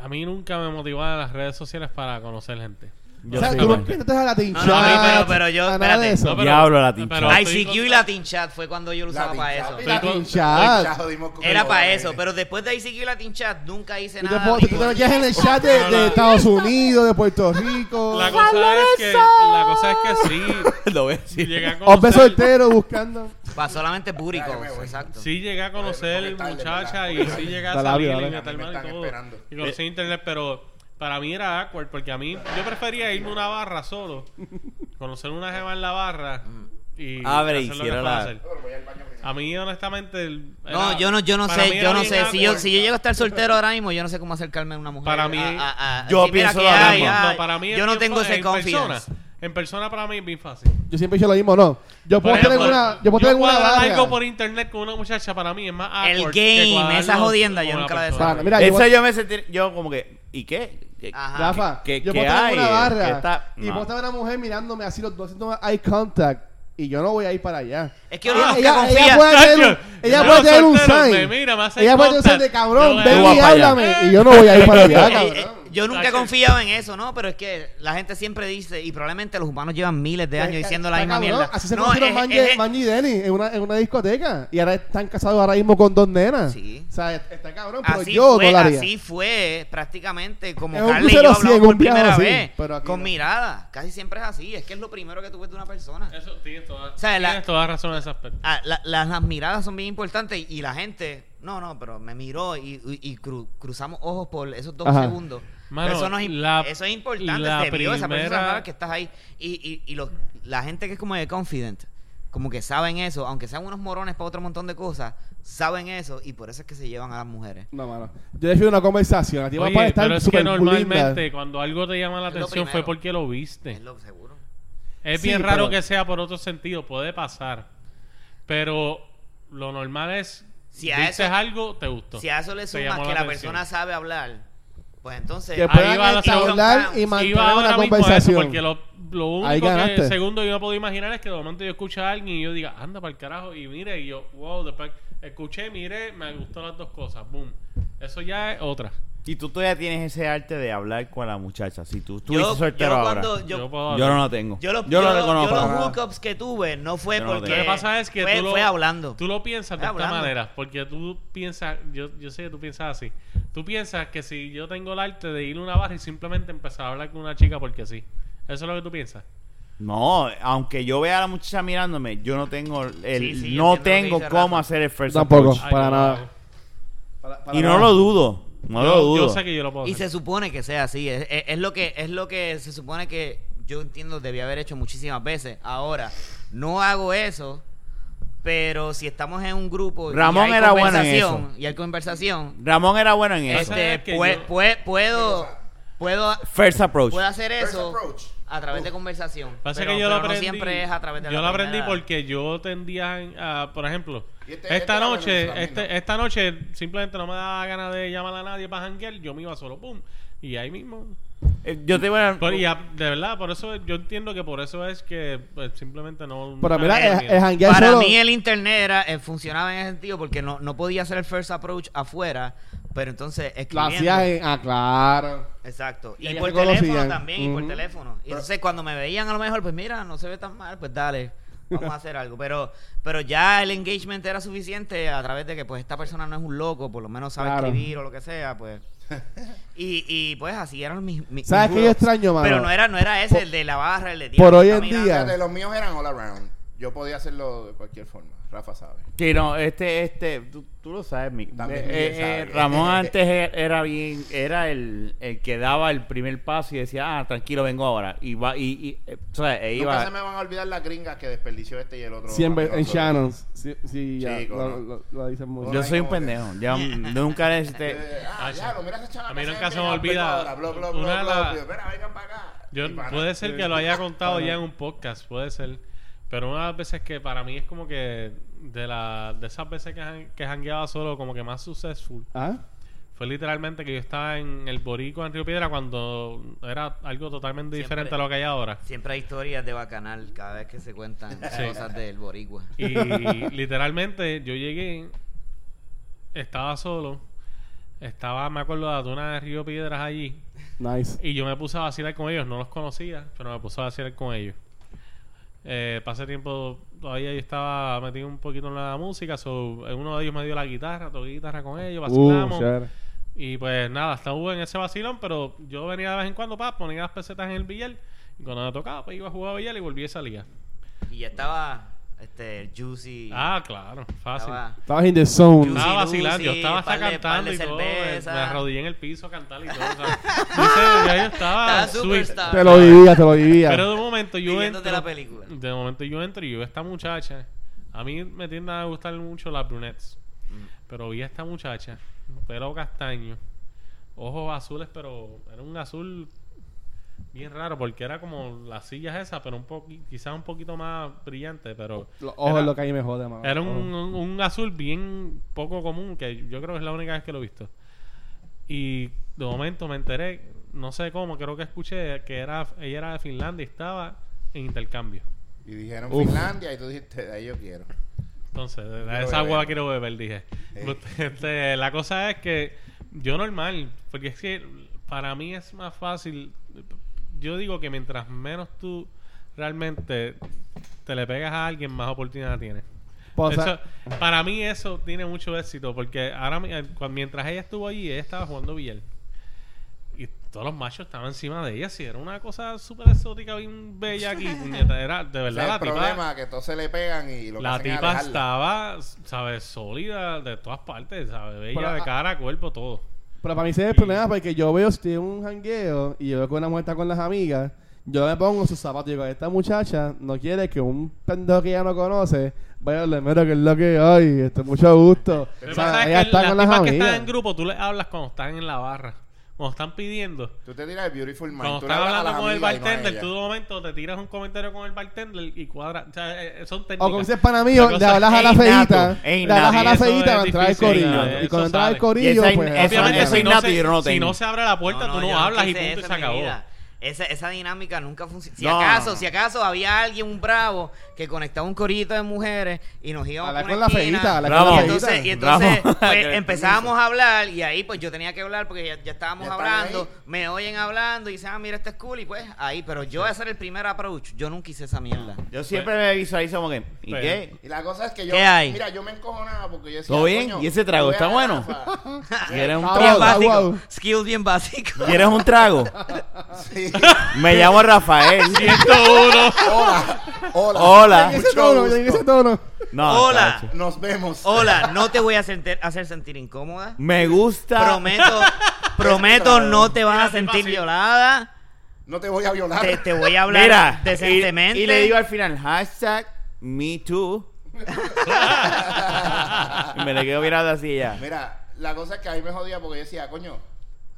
A mí nunca me motivaban las redes sociales para conocer gente.
Yo
o sea,
soy
tú no
igual.
empiezas a la
No, no, a mí, pero- pero yo-
a nada de
espérate.
eso.
No,
Diablo, la tincha.
pero estoy
ICQ y Latin Chat fue cuando yo lo usaba
Latin
para
chat,
eso.
y
Estoy
Latin
con-
chat.
Ya jodimos con
Era
los
para
jóvenes.
eso, pero después de ICQ y Latin Chat nunca hice
Tú te,
nada.
po- tú te metías en el chat de, de Estados Unidos, de Puerto Rico.
La cosa, es que, la cosa es que sí.
(laughs) Lo voy a decir.
Llegué
(laughs)
a
Hombre
conocer,
soltero buscando.
Para solamente booty
Ya, ya
calls,
me voy.
exacto.
sí llegué a conocer
Porque tarde,
muchachas
¿verdad?
y
Porque
sí
tarde.
llegué a
Dale,
salir
dale,
y
dale.
meter
Me
mano y
están
todo.
esperando.
Y conocí internet, pero para mí era awkward porque a mí yo prefería irme a una barra solo, conocer una gema en la barra y
Abre y
hacer lo que
Mm.
cierra
fuera a
Ah,
la-
hacer.
Pero voy al baño primero.
A mí, honestamente. el-
No,
era-
yo no, yo no
para mí
sé,
era
yo no
bien
sé. Si yo,
awkward.
si yo llego a estar soltero ahora mismo, yo no sé cómo acercarme a una mujer.
Para mí-
a- a- a-
Yo
decir, mira,
pienso
¿qué
lo
hay?
mismo.
Ah,
No, para mí es
yo no
bien
tengo
fa-
ese
en
confidence.
persona. En persona, para mí es bien fácil.
Yo siempre he dicho lo mismo, no. Yo puedo
Por
tener
ejemplo,
una. Yo puedo tener una
cuadrar
larga.
algo por internet con una muchacha para mí es más
El game,
awkward que cuadrarlo
esa jodienda, yo
con una
nunca la
persona.
desarrollé. Mira,
Eso
yo-
yo me sentí. Yo como que. ¿Y qué? ¿Qué-
Ajá.
Rafa,
¿Qué-
yo
qué
puedo estar en
hay?
una barra
¿Qué está?
y
No.
puedo estar una mujer mirándome así los dos haciendo eye contact y yo no voy a ir para allá.
Es que uno
Ah,
nunca
ella,
confía.
ella puede
Chacho,
tener un, ella
yo
puede
los
tener un
solteros me
sign.
mira, me hacen
ella puede tener un
contact.
sign de cabrón,
Yo
ven
voy
y
para allá.
háblame y yo no voy a ir para
(laughs)
allá,
Eh, eh,
cabrón.
yo nunca he
Tacho.
confiado en eso, ¿no? Pero es que la gente siempre dice, y probablemente los humanos llevan miles de años
Está
diciendo la misma
Pues, eh, cabrón,
mierda.
Así se
No,
conocieron
es-
Manji,
es-
Manji y Denny en una, en una discoteca y ahora están casados ahora mismo con dos nenas.
Sí.
O sea, está cabrón, pero
Así
yo
fue,
no lo haría.
así fue prácticamente como
Es un
Carla y
crucero
yo
así,
hablamos
en un
por primera
viaje así,
vez
pero aquí
con
no.
mirada. Casi siempre es así, es que es lo primero que tú ves de una persona.
Eso, tienes toda,
O sea, la-
tienes toda razón en ese aspecto.
Ah, la- la- las miradas son bien importantes y la gente, no, no, pero me miró y, y- y cru- cruzamos ojos por esos dos
Ajá.
segundos.
Mano,
Pero eso, no es, im-
la-
eso es importante,
la
te vio esa persona
primera-
sabe que estás ahí. Y, y- y los- la gente que es como de confident, como que saben eso, aunque sean unos morones para otro montón de cosas, saben eso y por eso es que se llevan a las mujeres.
No, mano. Yo he hecho una conversación. La tía
Oye,
para
pero
estar
es que
súper
normalmente
linda.
cuando algo te llama la
Es lo
atención fue
primero.
porque lo viste.
Es lo seguro.
Es
Sí,
bien raro
pero-
que sea por otro sentido, puede pasar. Pero lo normal es,
Si a
dices
eso-
algo, te gustó.
Si a eso le
Te
sumas
llamó
que
la
la,
atención.
persona sabe hablar, pues entonces...
Que
Ahí va
puedan
la
entablar
segunda-
y
Iba
mantener
Iba
una
ahora mismo a eso,
conversación.
porque lo, lo
Ahí
único que
ganaste.
segundo yo puedo imaginar es que de momento yo escucho a alguien y yo diga, anda para el carajo, y mire, y yo, wow, después escuché, mire, me gustó las dos cosas, boom. Eso ya es otra.
Y tú todavía tienes ese arte de hablar con la muchacha. Si tú
Yo-
estuviste soltero
yo
ahora.
cuando- yo-
Yo puedo
Yo
hablar.
no lo tengo.
Yo los,
yo
yo
lo
los-
reconozco
yo
para
los
nada.
hookups que tuve no fue
Yo no lo
porque.
tengo.
Lo que pasa es
Eh,
que
fue,
tú lo,
fue hablando.
Tú lo piensas de
Hablando.
esta manera, porque tú piensas, yo, yo sé que tú piensas así. Tú piensas que si yo tengo el arte de ir a una barra y simplemente empezar a hablar con una chica porque sí. Eso es lo que tú piensas.
No, aunque yo vea a la muchacha mirándome, yo no tengo el,
Sí, sí, yo entiendo lo
no
que
tengo
dice
cómo
Rafa.
hacer el first
Tampoco.
approach.
Para
no,
nada.
no.
Y no lo dudo. No lo
Yo,
dudo.
yo sé que yo lo puedo
Y se
hacer.
supone que sea así. Es, es- es lo que, es lo que se supone que yo entiendo debía haber hecho muchísimas veces. Ahora, no hago eso, pero si estamos en un grupo
Ramón
y hay
era bueno en
conversación, y hay conversación,
Ramón era bueno en eso.
Esa
este,
es que
pue-
yo-
pue- puedo, puedo,
First approach.
puedo hacer
First
eso
approach.
a través de conversación.
Pasa
pero-
que yo lo
pero no
aprendí.
siempre es a través de
yo
la
lo aprendí
primera.
porque yo tendía en- a, por ejemplo,
Y este- este
esta
era bueno
noche,
también,
este-
¿no?
esta noche simplemente no me daba ganas de llamar a nadie para janguear, yo me iba solo, pum, y ahí mismo
Eh, Yo te voy a...
Por- y a- de verdad, por eso yo entiendo que por eso es que pues, simplemente no.
Pero
no
mira,
tengo
el,
miedo.
el janguear
Para
solo-
mí el internet era, eh, funcionaba en ese sentido porque no, no podía hacer el first approach afuera, pero entonces
Lo
escribiendo.
hacías en. Ah, claro.
Exacto.
Ya
Y
que
por
se conocían.
teléfono también, y por
Ujú.
teléfono. Y entonces cuando me veían a lo mejor, pues mira, no se ve tan mal, pues dale,
(laughs)
vamos a hacer algo. Pero, pero ya el engagement era suficiente a través de que pues esta persona no es un loco, por lo menos sabe
Claro.
escribir o lo que sea,
(laughs)
pues. Y, y pues así eran mis... mis-
¿Sabes
mis
qué yo
hookups.
extraño, mano?
Pero no era, no era ese,
Por-
el de la barra, el de...
por hoy
está
en
mirando.
día-
Fíjate, los míos eran all around. Yo podía hacerlo de cualquier forma. Rafa sabe.
Sí, no, este, este, tú, tú lo sabes, mi. eh,
También bien
eh,
sabe.
eh, Ramón antes er- era bien, era el, el que daba el primer paso y decía, ah, tranquilo, vengo ahora. Y va, y, y, eh, o sea, e
Nunca
iba.
se me van a olvidar las gringas que desperdició este y el otro.
Siempre
amigo
en
solo.
Shannon. Sí, sí, ya.
Chico,
lo,
no.
lo- lo dicen mucho.
Yo (laughs) soy un
Como que-
pendejo.
(laughs)
Ya, nunca necesité.
Eh, ah,
Ah,
ya, lo mira esa chava
A mí
que
nunca
hace
se me
el
olvida
ahora, bla, bla, bla,
una de
bla,
las-
bla, espera, vengan para acá.
Yo-
Y para-
puede ser que lo haya contado
Para-
ya en un podcast, puede ser. Pero una de las veces que para mí es como que de la de esas veces que, jan- que jangueaba solo, como que más successful,
¿Ah?
fue literalmente que yo estaba en el Borico en Río Piedra cuando era algo totalmente
Siempre.
diferente a lo que hay ahora.
Siempre hay historias de bacanal cada vez que se cuentan
Sí.
cosas del boricua. (laughs)
Y literalmente yo llegué, estaba solo, estaba, me acuerdo, de la tuna de Río Piedras allí.
Nice.
Y yo me puse a vacilar con ellos, no los conocía, pero me puse a vacilar con ellos. Eh, pasé tiempo, todavía yo estaba metido un poquito en la música, so, eh, uno de ellos me dio la guitarra, toqué guitarra con ellos,
Uh,
vacilamos.
chévere.
y pues nada, estuve en ese vacilón, pero yo venía de vez en cuando, pa, ponía las pesetas en el billar, y cuando me tocaba, pues iba a jugar billar y volví y salía.
Y ya estaba este juicy.
Ah, claro, fácil.
estaba-
Estabas in the zone.
Juicy
Estaba vacilando, yo
Lucy,
estaba hasta
par de- par
cantando
de
y todo. eh, Me,
cerveza.
me arrodillé en el piso a cantar y todo. o sea, (laughs) yo sé, ya yo estaba
Estaba
sweet.
superstar.
Te lo vivía, te lo vivía.
Pero de momento yo
Viviéndote
entro.
la película.
De momento yo entro y yo veo a esta muchacha A mí me tienden a gustar mucho las brunettes.
Mm.
Pero vi a esta muchacha, pelo castaño, ojos azules, pero era un azul bien raro porque era como las sillas esas, pero un poco, quizás un poquito más brillante, pero
Los ojos
era-
lo que a mí me jode, mano.
era un,
Ojos.
Oh.
un- un azul bien poco común, que yo creo que es la única vez que lo he visto. Y de momento me enteré, no sé cómo, creo que escuché que era ella era de Finlandia y estaba en intercambio.
Y dijeron
Uf.
Finlandia y tú dijiste, de ahí yo quiero.
Entonces, de- de
Quiero
esa
beber. Eh.
agua quiero beber, dije.
Ey.
(laughs) Este, la cosa es que yo normal, porque es que para mí es más fácil. Yo digo que mientras menos tú realmente te le pegas a alguien, más oportunidad tienes.
Pues, o sea,
Eso- para mí eso tiene mucho éxito porque ahora mi- cu- mientras ella estuvo allí ella estaba jugando billar y todos los machos estaban encima de ella si era una cosa súper exótica bien bella
(laughs)
aquí puñeta, era de
Ese es
verdad
el
la tipa,
problema, que todos se le pegan y lo que
la
hacen es
tipa
alejarla.
estaba sabes sólida de todas partes sabes bella
Pero,
de
ah,
cara cuerpo todo
Pero para mí ese es el problema porque yo veo si tiene un jangueo y yo veo que una mujer está con las amigas, yo me pongo sus zapatos y digo, esta muchacha no quiere que un pendejo que ella no conoce vaya al mero que es lo que hay, esto es mucho gusto.
Lo
O
que
sea,
pasa es
ella
que
está con
las
las
tipas que están
amigas.
en grupo tú les hablas cuando están en la barra cuando están pidiendo
Tú te tiras el Beautiful Mind.
Cuando
tú
estás
le hablas a
hablando
las
con el
amigas y no a
bartender,
ella.
tú de momento te tiras un comentario con el bartender y cuadra. O sea, eh, eh, son técnicas.
O como dices pana mío,
La
le
cosa-
hablas a la
es innato,
feita,
es
le hablas a
innato.
Eso es
la feita para entrar al
difícil,
corillo.
eh,
Y
eso
cuando entras al
sale.
Y
corillo,
esa in-
pues...
esa-
ah,
Obviamente,
Eso
si
es
no,
innato
se,
y yo no lo
si
tengo.
no se abre la
No,
puerta, tú
no,
no,
yo
hablas y
hice
punto y
eso
se
en mi
acabó.
vida. Esa, esa dinámica nunca funcionó. Si
No,
acaso,
no, no.
si acaso había alguien, un bravo, que conectaba un corito de mujeres y nos íbamos
Hablar
por
con
una
la
esquina.
feíta, hablar
con la
y
feíta.
entonces, y entonces
(laughs)
Bravo.
pues,
Qué
empezábamos a hablar y ahí pues yo tenía que hablar porque ya, ya estábamos
Ya están
hablando,
ahí.
me oyen hablando y dicen, ah, mira, este es cool y pues ahí, pero yo hacer el primer approach, yo nunca hice esa mierda.
Pues
Yo siempre me visualizo como que. ¿Y
Pero-
(laughs)
qué?
Y la cosa es que yo.
¿Qué hay?
Mira, yo me encojonaba porque yo decía.
¿Todo bien?
"Coño,
¿Y ese trago
yo voy
está
a
bueno?"
Rafa.
¿Quieres un
Bien
Ah,
trago?
wow,
básico,
wow.
skills bien básicos.
¿Quieres un trago? (laughs)
Sí.
Me llamo
(laughs)
Rafael.
Hola. Hola.
Hola.
En ese
Mucho
tono,
gusto.
en ese tono.
No,
Hola.
tacho.
Nos vemos.
Hola, no te voy a sentir- hacer sentir incómoda.
Me gusta.
Prometo,
(laughs)
prometo no te vas a
Mira, tipo
sentir
así.
violada.
No te voy a violar.
Te, te voy a hablar
Mira, y-
decentemente.
Y, le digo al final, hashtag me too. Y me le quedo mirando así ya.
Mira, la cosa es que a mí me jodía porque yo decía, coño,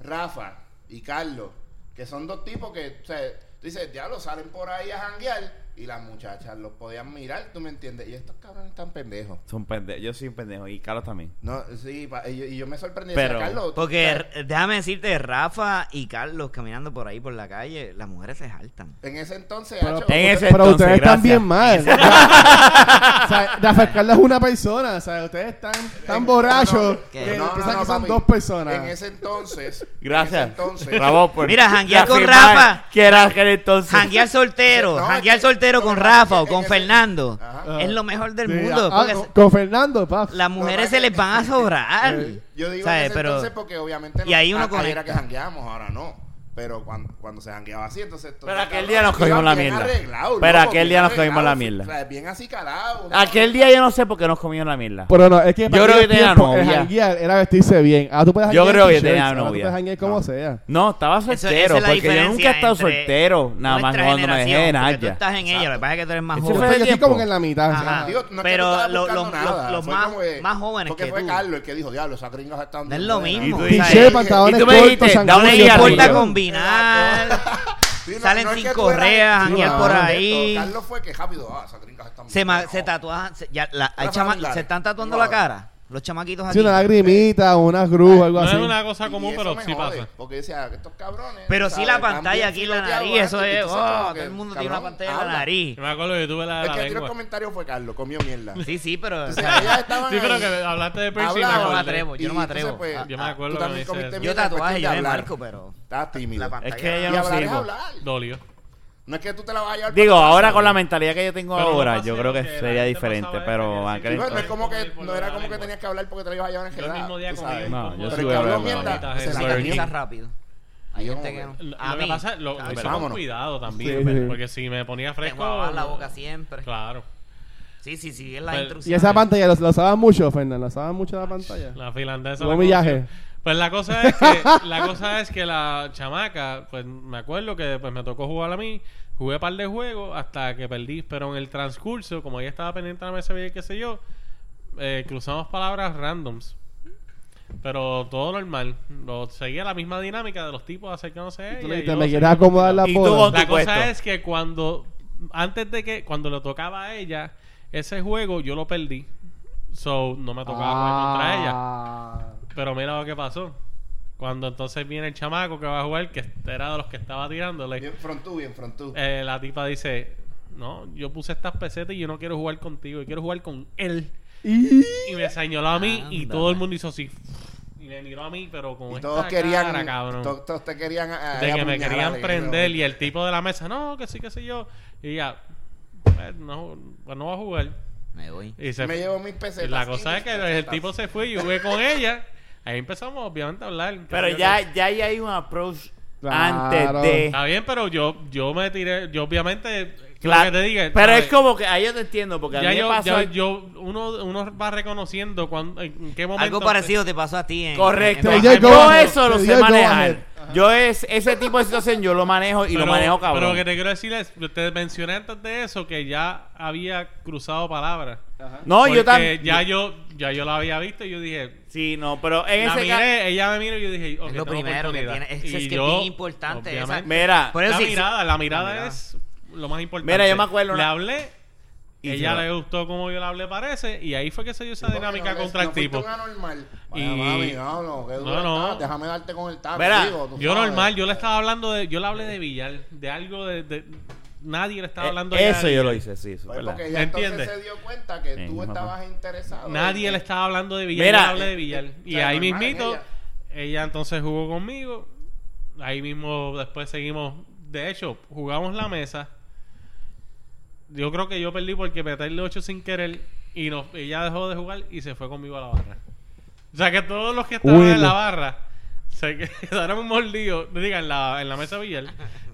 Rafa y Carlos, que son dos tipos que, o sea, tú dices, diablo, salen por ahí a janguear y las muchachas los podían mirar, ¿tú me entiendes? Y estos cabrones están pendejos.
Son pende- yo soy un pendejo y Carlos también.
No, sí, pa- y, yo, y yo me sorprendí.
Pero-
decía, Carlos, tú-
Porque
o sea,
r- déjame decirte, Rafa y Carlos caminando por ahí por la calle, las mujeres se saltan.
en ese entonces,
Pero-
hacho,
En ese
Pero
entonces,
ustedes están
gracias.
bien mal. O sea, Rafael Carlos es una persona. O sea, ustedes están tan borrachos
¿Qué?
Eh, que
No, no,
piensan
no,
que son
papi.
dos personas.
En ese entonces.
Gracias.
En ese entonces.
Bravo por
Mira, janguear con
reafirmar
Rafa.
Que era aquel entonces.
Janguear soltero,
No,
janguear
es que-
soltero con
lo que pasa
Rafa
es
o
que
con
en ese-
Fernando.
Ajá.
Es lo mejor del
Sí,
mundo.
ah,
porque
con,
se-
con Fernando, pa.
las mujeres se les van a sobrar.
(laughs) Yo digo en
¿sabes?
ese
Pero
entonces porque obviamente.
y ahí uno
a- ayer
conecta.
era que jangueamos, ahora no. Pero cuando, cuando se jangueaba así, entonces. estos
Pero
dos
aquel
cabrones
día nos cogimos
iban
la
bien
mierda.
arreglados,
Pero
loco,
aquel
bien
día nos cogimos
arreglados,
la mierda.
o sea, bien así calados.
Aquel día yo no sé por qué nos comieron la mierda.
Pero no, es que para
Yo creo
mí
que
el
tenía
tiempo, el
novia.
janguear era vestirse bien. Ah, tú puedes
Yo
janguear
creo que
en t-shirts,
tenía
ahora Tú
novia.
puedes janguear como sea.
no, estaba
eso-
soltero.
esa es la
porque yo nunca he
diferencia
estado
entre
soltero. Nada más
nuestra
cuando me dejé de
generación, porque Tú
Naya.
estás en ella, lo que pasa es que tú eres más
Eso
Yo
fue
joven.
estoy yo estoy
tiempo.
como que en la mitad.
Ajá.
¿sabes?
Digo, Ah, no es que
Pero
tú estabas
lo-
buscando
los-
nada,
los- los
fue
más-
como que-
más jóvenes
Porque
que
fue
tú.
Carlos el que dijo, diablo, esas gringas están.
No es
bien
lo
buenas".
mismo.
Y tú
¿sabes?
dices-
T-shirt, pantalones
tú me dijiste,
cortos,
dale,
no
sanguchos,
le
Mira,
importa
mira.
sanguchos.
(laughs)
combinar.
Sí, no-
Salen
no es
sin
que tú
correa,
eras-
janguear
por
es que
ahí.
tú- Carlos fue que rápido, ah, esas gringas están.
Se,
bien
ma-
buenas".
se tatúan, se, ya, la- hay
Rafa,
chama-
dale.
se están tatuando
Vamos
la
a ver.
cara. Los chamaquitos aquí.
Sí, una lagrimita, una cruz, algo
No
así.
es una cosa
Y
común,
eso
pero
me
sí
jode,
pasa.
Porque decía, estos cabrones.
Pero sí
¿sabes?
la
Están
pantalla
bien
aquí en la
filoteados,
nariz, eso
¿verdad?
es,
Entonces, como
oh,
que,
todo el mundo tiene una
cabrón,
pantalla en la
habla.
nariz.
Yo me acuerdo que yo tuve la,
El
la
que tiró el
lengua.
comentario fue Carlos, comió mierda.
Sí, sí, pero...
O sea, ellas estaban
Sí, pero
ahí,
que hablaste de piercing.
hablaban,
yo no me
acordé.
atrevo, yo no
y
me
entonces,
atrevo.
pues,
Ah,
yo me
ah,
acuerdo
Tú
que me
también
dice-
comiste
yo
mierda en
tatuaje,
cuestión
yo
de
me
hablar.
marco, pero...
Estabas tímido.
La pantalla.
Es que
Y
yo no
hablar es
sirvo.
hablar.
Dolió.
No es que tú te la vas a llevar.
Digo,
para tu
ahora
casa,
con la
güey.
mentalidad que yo tengo
Pero no
ahora,
pasa
yo creo
lo
que
que la
sería
gente
diferente,
pasaba
pero
de que
aquel
Sí, bueno, no
entonces-
es como que
Por
no era
la
como que
lengua.
tenías que hablar porque te la ibas a llevar en
Yo el
general.
mismo día
tú
comí
sabes.
No, yo
Pero
sí
el
voy a
que habló
beber,
mierda
mamita,
se
es Burger
la comió.
King.
Comienza rápido. Hay
Yo
gente
como
que no.
que-
Lo,
A
lo que
mí.
pasa, lo,
¿sabes?
eso con
Vámonos.
cuidado
Sí,
también.
sí, sí.
Porque si me ponía
Te
fresco.
mojabas la boca siempre.
Claro. Pues,
Sí, sí, sí, es la
Pero-
Y
intrusión.
esa pantalla, lo, lo usaban mucho, Fernando. Lo usaban mucho la pantalla.
La finlandesa.
Fue
la
un millaje.
conocí. Pues la cosa es que la cosa es que la chamaca, pues me acuerdo que pues me tocó jugar a mí, jugué un par de juegos hasta que perdí, pero en el transcurso, como ella estaba pendiente de la mesa y qué sé yo, eh, cruzamos palabras randoms. Pero todo normal. Lo- seguía la misma dinámica de los tipos acercándose a ella.
Tú le
y
dijiste,
yo
me quieres
seguía-
acomodar la
Y tú
boda.
con-
la
supuesto.
cosa es que cuando antes de que cuando le tocaba a ella ese juego yo lo perdí so no me tocaba jugar contra ella
Ah.
pero mira lo que pasó cuando entonces viene el chamaco que va a jugar que era de los que estaba tirándole
Bien frontú, bien frontú.
eh, la tipa dice no yo puse estas pesetas y yo no quiero jugar contigo yo quiero jugar con él
Y-
y me señaló a mí y
Ándale.
todo el mundo hizo así y me miró a mí pero con
y
esta
todos querían,
cara, cabrón
to- todos te querían ah,
de que me
apuñalar,
querían
eh,
prender
no.
y el tipo de la mesa, no, que sí, que sí yo. Y ya, "Pues, no, pues no va a jugar.
Me voy.
Y se
Me
fue.
llevo mil
Y
pesetas.
la cosa es que el
pesetas.
tipo se fue y yo jugué con ella. Ahí empezamos, obviamente, a hablar.
Pero
Yo-
ya, ya ahí hay un approach
Claro.
antes de.
Está bien, pero yo, yo me tiré, yo obviamente...
Claro,
lo que te diga,
pero
¿sabes?
es como que ahí yo te entiendo, porque a
Ya
mí
yo,
me pasó.
ya yo- uno, uno va reconociendo cuándo- en qué momento...
Algo parecido te pasó a ti. En,
Correcto.
Te
en-
ya
Yo
llegó a-
eso lo
te
sé
llegó a-
manejar. Yo es ese tipo de situación yo lo manejo y lo
Pero-
manejo cabrón.
Pero lo que te quiero decir es, te mencioné antes de eso que ya había cruzado palabras.
No, yo
Porque
también.
Ya yo, ya yo la había visto y yo dije.
Sí, no, pero en
la
ese
miré,
caso.
ella me miró y yo dije. ok,
Es lo
tengo
primero que tiene.
oportunidad.
Es,
Y
es que
yo,
es bien importante. esa-
obviamente,
Mira,
Por eso
la,
sí-
mirada, la mirada,
mirada.
es lo más importante.
Mira, yo me acuerdo
Le
una-
hablé,
Y
ella
se va.
le gustó como yo le hablé, parece, y ahí fue que se dio esa
No,
dinámica
no,
contra
no
el
fuiste
tipo.
un anormal.
Y-
Vaya, mami, no, no, qué duro
No, no.
estás, Déjame darte con el taco.
Mira,
digo, tú
Yo
sabes.
normal, yo le estaba hablando de. Yo le hablé de Villar, de algo de. de- nadie le estaba
Eh,
hablando ya
eso
de
yo
Villar.
lo hice, sí, eso es
Pues
verdad.
porque ella entonces
¿Entiendes?
se dio cuenta que
Sí,
tú
mamá.
estabas interesado.
Nadie
en-
le estaba hablando de Villar.
Mira,
yo le hablé de Villar. Y
eh, o sea,
ahí
normal,
mismito,
ella.
ella entonces jugó conmigo. Ahí mismo después seguimos. De hecho, jugamos la mesa. Yo creo que yo perdí porque meterle 8 sin querer. Y nos, ella dejó de jugar y se fue conmigo a la barra. O sea que todos los que estaban
Uy,
en la
no.
barra se (laughs) quedaron mordidos. Digan, en la, en la mesa Villar.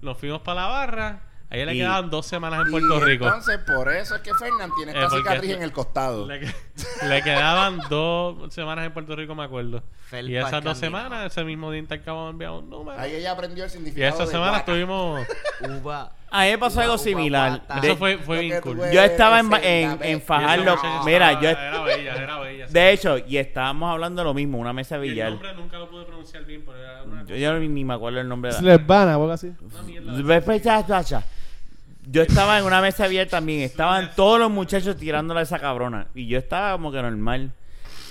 Nos fuimos para la barra. A ella le
Y-
quedaban dos semanas en
Y
Puerto Rico.
Entonces, por eso es que Fernán tiene
Eh,
esta
porque-
cicatriz en el costado.
Le, que- (laughs) le quedaban dos semanas en Puerto Rico, me acuerdo.
Felpa
y esas dos
Escandinava.
semanas, ese mismo día intercambiamos enviado un número.
Ahí ella aprendió el
y
significado.
esa
de
semana
guaca.
estuvimos.
Uva.
A mí me pasó algo
Uva, uva,
similar.
guata.
De-
Eso fue, fue
Ah. Lo
bien
que
cool.
tú
Y
eres
yo estaba en,
es
en,
la
en
bestia.
esa
Fajardo.
muchacha
Mira,
estaba-
yo.
Era bella, era
(laughs)
bella. sí.
De hecho, y estábamos hablando de lo mismo, una mesa de
Y el
billar.
nombre nunca lo pude pronunciar bien, pero era una.
Yo, yo ni- ni me acuerdo el nombre de la. pues,
Slevana, o algo así.
una mierda de-
Respeta, Yo estaba en una mesa abierta también. Estaban todos los muchachos tirándole a esa cabrona. Y yo estaba como que normal.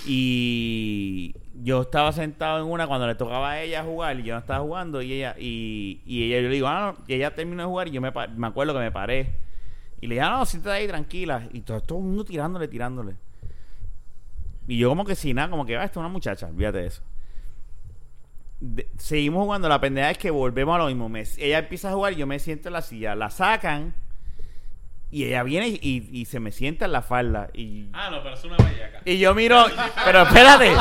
Y yo estaba sentado en una cuando le tocaba a ella jugar. Y yo no estaba jugando. Y ella, y, y ella yo le digo, ah, no. Y ella terminó de jugar. Y yo me, pa- me acuerdo que me paré. Y le dije, ah, no, siéntate ahí tranquila. Y todo, todo el mundo tirándole, tirándole. Y yo como que sin nada, como que va, esta es una muchacha, olvídate de eso. De- seguimos jugando, la pendeja es que volvemos a lo mismo. Me- ella empieza a jugar, yo me siento en la silla, la sacan y ella viene y, y se me sienta en la falda. Y,
Ah, no, pero es una bellaca.
(laughs) y yo miro, pero espérate,
¿Qué es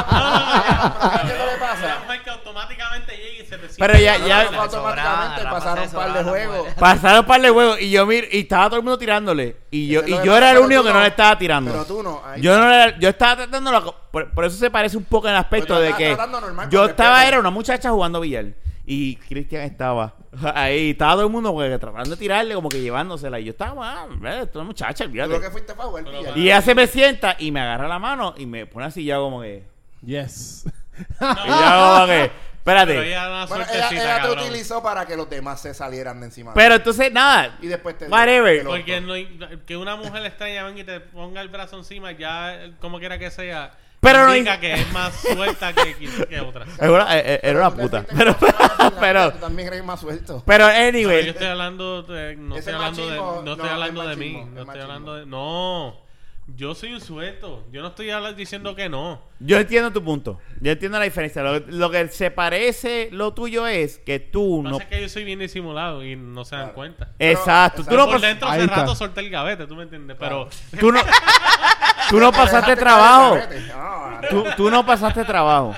lo que pasa?
Una mujer que automáticamente llega y se te
pero ya,
No,
ya-
no, no, automáticamente
Sobrada, la
pasaron un
pasa
par de
sobrada,
juegos.
mujer.
pasaron un par de juegos y yo miro, y estaba todo el mundo tirándole. Y yo,
Eso
y
es lo que
yo
pasa,
era el
pero
único
tú
que no
no.
le estaba tirando.
Pero tú no, ahí
Yo
está.
no era- yo estaba tratando la co- por, por eso se parece un poco en el aspecto
Pero
de
estaba
que
tratando normal,
yo
con
estaba
respeto.
era una muchacha jugando billar y Cristian estaba (laughs) ahí estaba todo el mundo como que tratando de tirarle como que llevándosela y yo estaba ah, ve, esto es una muchacha
Tú lo que
olvídate.
fuiste fue a jugar
Pero
billar.
y ella se me sienta y me agarra la mano y me pone así ya como que
Yes.
y yo como que
Pero
espérate
ella era una
Bueno, ella,
suertecita,
ella te
cabrón.
utilizó para que los demás se salieran de encima. de
pero entonces nada
ti. y después te.
whatever.
te lo-
Porque no hay- que una mujer extraña venga y te ponga el brazo encima, ya eh, como quiera que sea,
Pero no
indica
hay-
que es más suelta
(laughs)
que, que- que otra.
era una, eh, era una
tú te
puta
fuiste
pero
con la mano en la cara,
pero (laughs)
tú también eres más suelto.
pero
Pero yo
anyway
estoy hablando de, no
Ese
estoy hablando
machismo,
de, no estoy
no,
hablando
es
de mí,
machismo,
no estoy
es machismo.
hablando de, no, yo soy un suelto, yo no estoy habla- diciendo que no.
Yo entiendo tu punto. Yo entiendo la diferencia. Lo, lo que se parece lo tuyo es que tú
Lo que
no.
pasa es que yo soy bien disimulado y no se dan
Claro.
cuenta.
Exacto. Tú
Pero-
no,
Por
pas-
dentro
Ahí
hace
está.
rato solté el gavete, tú me entiendes, pero
tú no, tú no pasaste trabajo.
Ah,
Tú, tú no pasaste trabajo.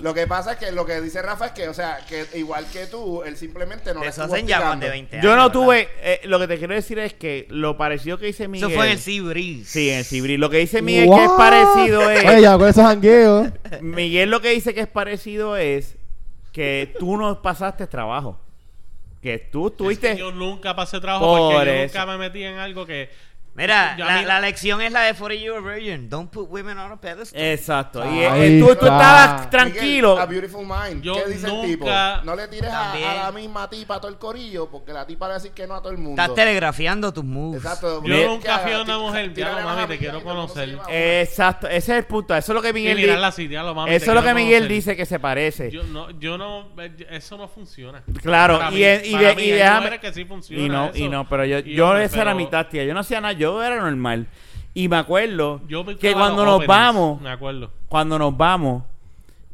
Lo que pasa es que lo que dice Rafa es que, o sea, que igual que tú, él simplemente no
De
le
eso
estuvo
hacen ya más
explicando.
de 20 años.
Yo no
¿verdad?
tuve. eh, lo que te quiero decir es que lo parecido que hice
Eso
Miguel.
fue en el Cibris.
Sí, en el Cibri. Lo que dice Miguel que es
What?
parecido eh? es.
Oye, ya con esos jangueos.
Miguel lo que dice que es parecido es que tú no pasaste trabajo. Que tú tuviste.
Yo nunca pasé trabajo
Por
porque yo
eso.
nunca me metí en algo que.
Mira,
Yo,
la,
amigo-
la lección es la de 40 Year Virgin. Don't put women on a pedestal.
Exacto. Y
Ahí
eh, tú, tú
está.
estabas
Ah. Miguel,
tranquilo.
a Beautiful Mind.
Yo
¿Qué dice
nunca-
el tipo? No le tires a,
También.
a la misma tipa a todo el corillo porque la tipa le va a decir que no a todo el mundo.
Estás telegrafiando tus moves.
Exacto.
Yo
Mira,
nunca fui a
ti-
una mujer,
tírale
diablo,
a la
mami, te quiero
amiga y no
conocer.
se lleva una.
Exacto. Ese es el punto. Eso es lo que
Y
Miguel
mirar
di-
la cita, lo mami, te
Eso es lo que
quiero
Miguel
conocer.
dice que se parece.
Yo no, yo no, eh, eso no funciona.
Claro,
Para
y
mí-
en- y
para
de-
mí
y
hay
déjame-
mujeres que sí funciona
y no,
eso.
y no, pero yo,
Y
yo
hombre,
esa era
pero
mi táctica. Yo no hacía nada, yo era normal. Y me acuerdo
yo me
que
clavo
cuando
los
nos
openings,
vamos,
Me acuerdo.
cuando nos vamos,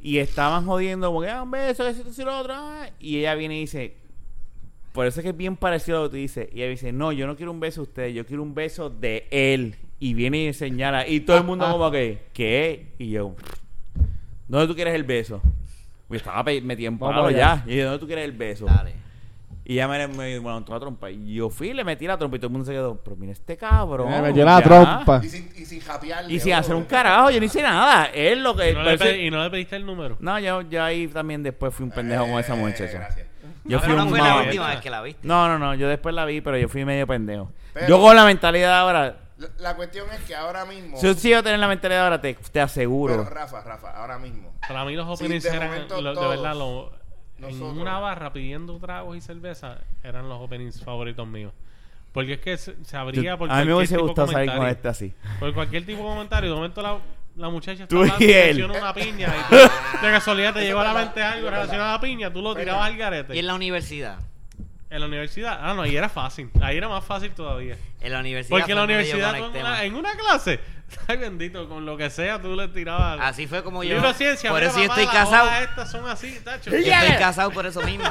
y estaban jodiendo, porque ah, un beso, que si esto, si lo otro, ah", y ella viene y dice, por eso es que es bien parecido a lo que tú dices. Y ella dice, no, yo no quiero un beso de usted, yo quiero un beso de él. Y viene y señala, y todo el mundo como que, ¿qué? Y yo, ¿dónde tú quieres el beso? Y estaba pe- metido en
Vamos
palo
allá.
ya. Y yo, ¿dónde tú quieres el beso?
Dale.
Y ella me, me levantó la trompa. Y yo fui, le metí la trompa y todo el mundo se quedó. Pero mira este cabrón.
Me metió la
ya".
trompa.
Y sin, y sin japearle,
Y sin hacer un
bro.
carajo, yo no hice nada. Él lo que.
Y no, le
parece-
pe- y no le pediste el número.
No, yo, yo ahí también después fui un pendejo con esa
Eh,
muchacha.
gracias.
Yo fui
Pero no
un
fue la
mal-
mamá.
última vez que la viste.
No, no, no. Yo después la vi, pero yo fui medio pendejo.
Pero-
yo con la mentalidad de ahora.
La, la cuestión es que ahora mismo.
Si yo sigo teniendo la mentalidad de ahora, te, te aseguro.
Pero Rafa, Rafa, ahora mismo.
Para mí los
Sí,
openings
de
eran,
momento
lo- de
todos,
verdad, lo- en
nosotros.
una barra pidiendo tragos y cerveza eran los openings favoritos míos. Porque es que se, se abría
Yo-
por
a mí me
cualquier
hubiese
tipo de
gustado salir con
comentario.
este así.
Por cualquier tipo de comentario, de momento la, la muchacha
Tú
está
y él.
haciendo una piña y tú, de casualidad te
Eso
llegó a la
es verdad,
mente
eso
algo
es
relacionado
verdad.
a la piña, tú lo
Verdad.
tirabas al garete.
Y en la universidad.
En la universidad, ah, no, ahí era fácil, ahí era más fácil todavía.
En la universidad.
Porque en la
fue donde yo
universidad, tú en
conecté más.
una, en una clase, (laughs) ay bendito, con lo que sea, tú le tirabas.
Así fue como yo.
Libro de ciencia,
por
mira,
eso yo
papá,
estoy
las
casado.
hojas Estas son así, tacho.
Yo estoy casado por eso mismo.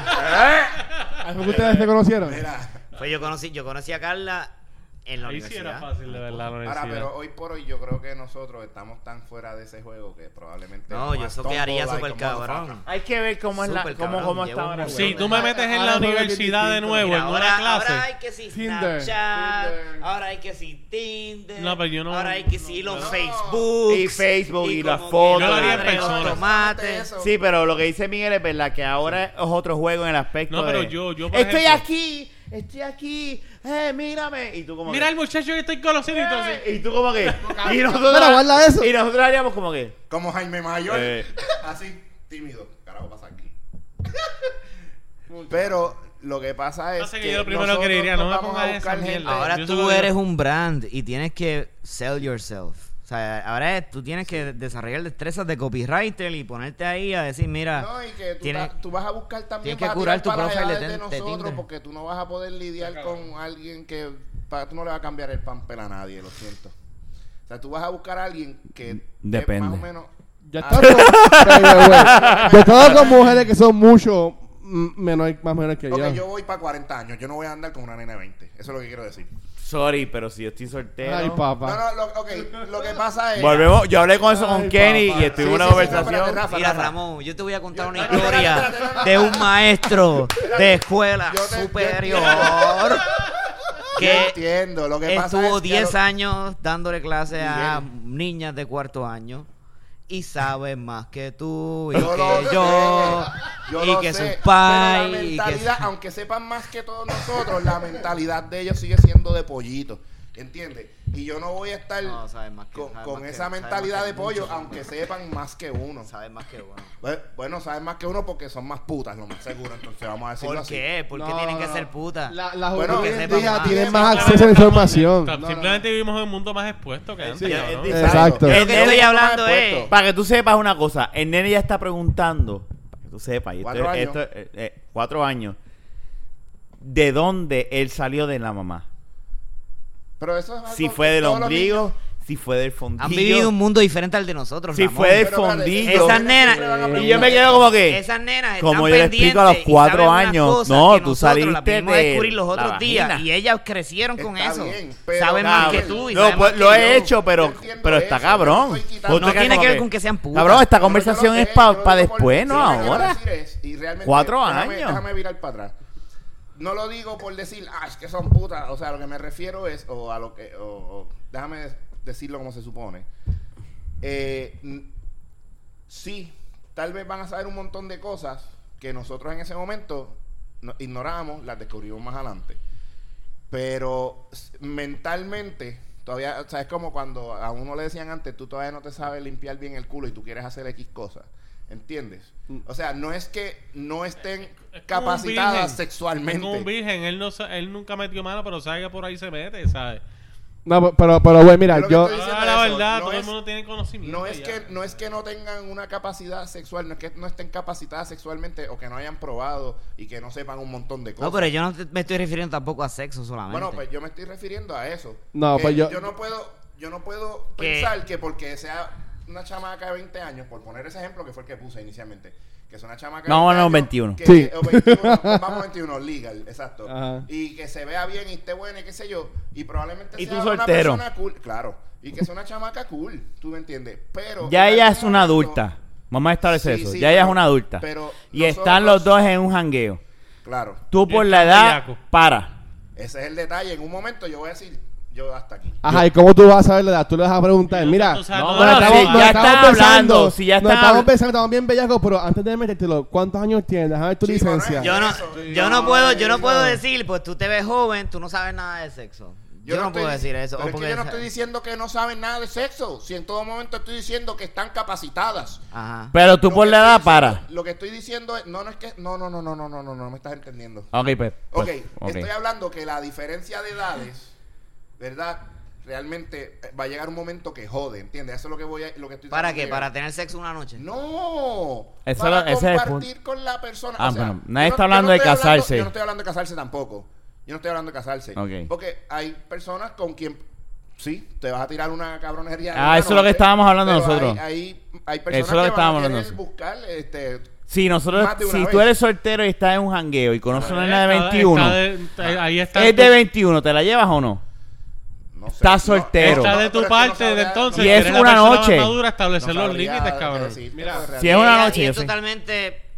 ¿Ahí fue que ustedes se conocieron?
Ah, Mira,
Pues yo conocí, yo conocí a Carla en la
Ahí sí era
universidad.
fácil, de Pues verdad, la
ahora,
universidad.
pero hoy por hoy yo creo que nosotros estamos tan fuera de ese juego que probablemente.
No, yo eso quedaría
super
súper cabrón.
Hay que ver cómo es la.
Súper,
Cómo,
cabrón,
cómo
llevo
está
un
ahora.
buen-
Si tú me metes en la
Ahora son bien
universidad de
distintos.
nuevo,
Mira,
en
ahora,
una clase.
ahora hay que si
Tinder.
Snapchat,
Tinder.
ahora hay que si Tinder,
No, pero yo no-
ahora hay que si los
no.
Facebook
Y Facebook, y las
como que
fotos,
la
Yo lo haría en
madre de los
persona.
tomates.
Sí, pero lo que dice Miguel es verdad, que ahora es otro juego en el aspecto
No, pero
de,
yo- yo, por
Estoy
ejemplo-
aquí, estoy aquí, eh, mírame. Y tú como
Mira
que...
el muchacho que estoy conociendo, entonces.
"Eh", Y tú como (laughs) que... y,
(laughs)
nosotros,
Mira, guarda eso.
y nosotros haríamos como que...
Como Jaime Mayor.
Eh.
(laughs) Así, tímido. Carajo, pasa aquí. (laughs) Pero lo que pasa es.
Pasa que yo lo primero que diría,
nosotros
no me
vamos
pongas
a
esa
buscar gente.
mierda.
Ahora
Yo
tú
solo digo-
eres un brand y tienes que sell yourself. O sea, ahora es- tú tienes que desarrollar destrezas de copywriter y ponerte ahí a decir, mira,
No, y que tú,
tienes-
ta- tú vas a buscar también
tienes que
vas a
curar
tirar
tu
para las
profile
edades
de ten- de
nosotros
Tinder.
porque tú no vas a poder lidiar con alguien que para, tú no le vas a cambiar el pamper a nadie, lo siento. O sea, tú vas a buscar a alguien que que
Depende.
más o menos
Yo he
Ah,
estado con, Güey, güey, güey. Yo he estado con mujeres que son mucho mm, menor, más menores que
ok,
yo.
yo voy para 40 años, yo no voy a andar con una nena de 20. Eso es lo que quiero decir.
Sorry, pero si yo estoy soltero...
Ay,
No,
papá.
no, lo, ok, lo que pasa es
Volvemos, yo hablé con eso con
Ay,
Kenny
papá.
y estuve
Sí,
en una
sí, sí,
conversación...
espérate, Rafa,
Mira,
Rafa.
Ramón, yo te voy a contar una
espérate,
historia
espérate, espérate,
de un maestro de escuela
Yo te- yo
superior
Yo
que
entiendo, lo que pasa
estuvo
es que
10
lo-
años dándole clases a niñas de cuarto año y sabe más que tú y
Yo lo
que
sé,
Pues yo
yo
y
lo
que
sé,
sus
pero
pais
La
y que
mentalidad, aunque sepan más que todos nosotros, la mentalidad de ellos sigue siendo de pollito. ¿Entiendes? Y yo no voy a estar
No, saben más que-
con,
saben
con
más que-
esa
saben
mentalidad
más que
de pollo,
muchos.
aunque sepan más que uno.
sabe más que bueno.
Bue- Bueno, saben más que uno porque son más putas, lo más seguro. Entonces vamos a decirlo
¿Por
así.
qué? ¿Por qué
No,
tienen que
no.
ser putas?
La, la
Bueno,
juventud
que
hoy en
sepan
día
más.
tiene más
Claramente
acceso a la
estamos-
información.
tam-
No, no,
Simplemente vivimos en un mundo más expuesto que antes.
sí,
cabrón.
es-
Exacto.
Lo que estoy
Nene,
hablando eh.
expuesto.
es
eh. Para que tú sepas una cosa, el nene ya está preguntando, para que tú sepas, y esto-
Cuatro años.
esto- eh, eh, cuatro años, de dónde él salió de la mamá.
Pero eso es algo
si fue
que
del
todos los
ombligo,
niños-
si fue del
Han
fondillo.
vivido un mundo diferente al de nosotros,
si
Ramón.
fue del
Pero espérate,
fondillo.
Esas nenas-
siempre van a
Y yo me
preguntar.
quedo como que.
Esas nenas están
Como yo le explico a los
pendientes y
cuatro
saben unas
años,
cosas
no,
que
tú
nosotros
saliste
las vinimos a
de
descubrir los
la
otros días
vagina.
y ellas crecieron con
Está
eso.
bien, pero
saben más que
cabrón.
tú y
No,
saben
pues,
más
lo
que
he
yo.
hecho,
Yo
pero,
entiendo
pero está
eso,
cabrón.
yo estoy quitando-
Tú te
No
quedas
tiene
como
que ver con que sean putas.
Cabrón, esta
No, yo
conversación
lo
es
sé, yo
para
lo digo
después, no
por- sí, lo que quiero
ahora.
decir es, y realmente,
Cuatro
déjame-
años.
Déjame virar para atrás. No lo digo por decir, ah, es que son putas. O sea, a lo que me refiero es, o a lo que, o, o- déjame des- decirlo como se supone. Eh, n- sí, tal vez van a saber un montón de cosas que nosotros en ese momento no- ignoramos, las descubrimos más adelante. Pero s- mentalmente, todavía, o sea, es como cuando a uno le decían antes, tú todavía no te sabes limpiar bien el culo y tú quieres hacer X cosas. ¿Entiendes?
Mm.
O sea, no es que no estén
como un virgen.
capacitadas
Es como un
sexualmente.
virgen, él, no, sa- él nunca metió mano, pero sabe que por ahí se mete, ¿sabes?
No, pero, pero, pero, güey, mira,
Yo lo que
yo...
estoy diciendo
Ah, la
eso,
verdad,
no
todo
es-
el mundo tiene conocimiento.
No es,
ya.
que, no es que no tengan una capacidad sexual, no es que no estén capacitadas sexualmente o que no hayan probado y que no sepan un montón de cosas.
No, pero yo no te- me estoy refiriendo tampoco a sexo solamente.
Bueno, pues yo me estoy refiriendo a eso.
No,
Que
pues yo-
no puedo, yo no puedo
Que-
pensar que porque sea una chamaca de 20 años, por poner ese ejemplo que fue el que puse inicialmente, que es una chamaca de
Vamos a los
21.
21.
que-
Sí.
o 21, vamos a 21, legal, exacto.
Ajá.
Y que se vea bien y esté buena y qué sé yo, y probablemente
Y
sea
tú soltero.
una persona cool, claro, y que sea una chamaca cool, tú me entiendes, pero...
Ya
en
ella
algún
es una
momento-
adulta. Vamos a establecer
Sí,
eso.
sí,
ya ella es
pero-
una adulta.
pero
y están los
nosotros-
dos en un jangueo.
Claro,
Tú por
el
la edad,
cambiaco.
para.
ese es el detalle, en un momento yo voy a decir, yo hasta aquí.
Ajá, ¿y cómo tú vas a saber la edad? Tú le vas a preguntar,
Yo
mira...
no sé, no,
nos
bueno,
estamos-
si
nos
ya
estamos
están
besando,
hablando, si ya
nos
están
estamos
habl-
besando, estamos bien bellacos, pero antes de metértelo, ¿cuántos años tienes? Déjame ver tu
Sí,
licencia.
bueno,
Yo no,
Eso,
yo no
no,
puedo, yo no
eso.
puedo decir, pues tú te ves joven, tú no sabes nada de sexo. Yo, no,
estoy
puedo
dic-
decir eso.
pero
o
es que
porque
yo no
esa-
estoy diciendo que no saben nada de sexo. Si en todo momento estoy diciendo que están capacitadas.
Ajá.
Pero tú
Lo
por
que
la
estoy
edad,
diciendo-
para.
Lo que estoy diciendo es. No, no es que. No, no, no, no, no, no, no, no me estás entendiendo.
Ok, pues.
Ok,
pues, ok.
estoy hablando que la diferencia de edades, ¿verdad? Realmente eh, va a llegar un momento que jode, ¿entiendes? Eso es lo que voy a, lo que estoy
¿Para
tratando
qué?
de llegar.
¿Para tener sexo una noche?
No.
Eso
para
lo- ese es el
compartir con la persona.
Ah,
o sea,
bueno,
yo
nadie
no-
está
yo no
hablando de
estoy
casarse.
Yo no estoy hablando de casarse tampoco. Yo no estoy hablando de casarse.
Ok.
Porque hay personas con quien sí, te vas a tirar una cabronería. en
Ah,
una
eso es lo que estábamos hablando
pero
nosotros.
Hay, hay, hay personas
Eso es lo que
que, van
estábamos
a
hablando
querer buscar este
Si nosotros,
Más de una
si
vez.
tú eres soltero y estás en un jangueo y conoces una nena de
Está-
21,
está de- está- ahí está
es
tu-
de 21, ¿te la llevas o no?
no sé,
Está
no,
soltero.
está
no,
de
pero
tu
es que no
parte,
sabría-
de entonces.
Y
si
es
eres la
una
persona
noche.
más madura,
no
establecer los
sabría
límites,
qué
cabrón.
decirte,
Mira,
realmente.
si es una
Y ella-
noche,
y
yo
es
sé.
totalmente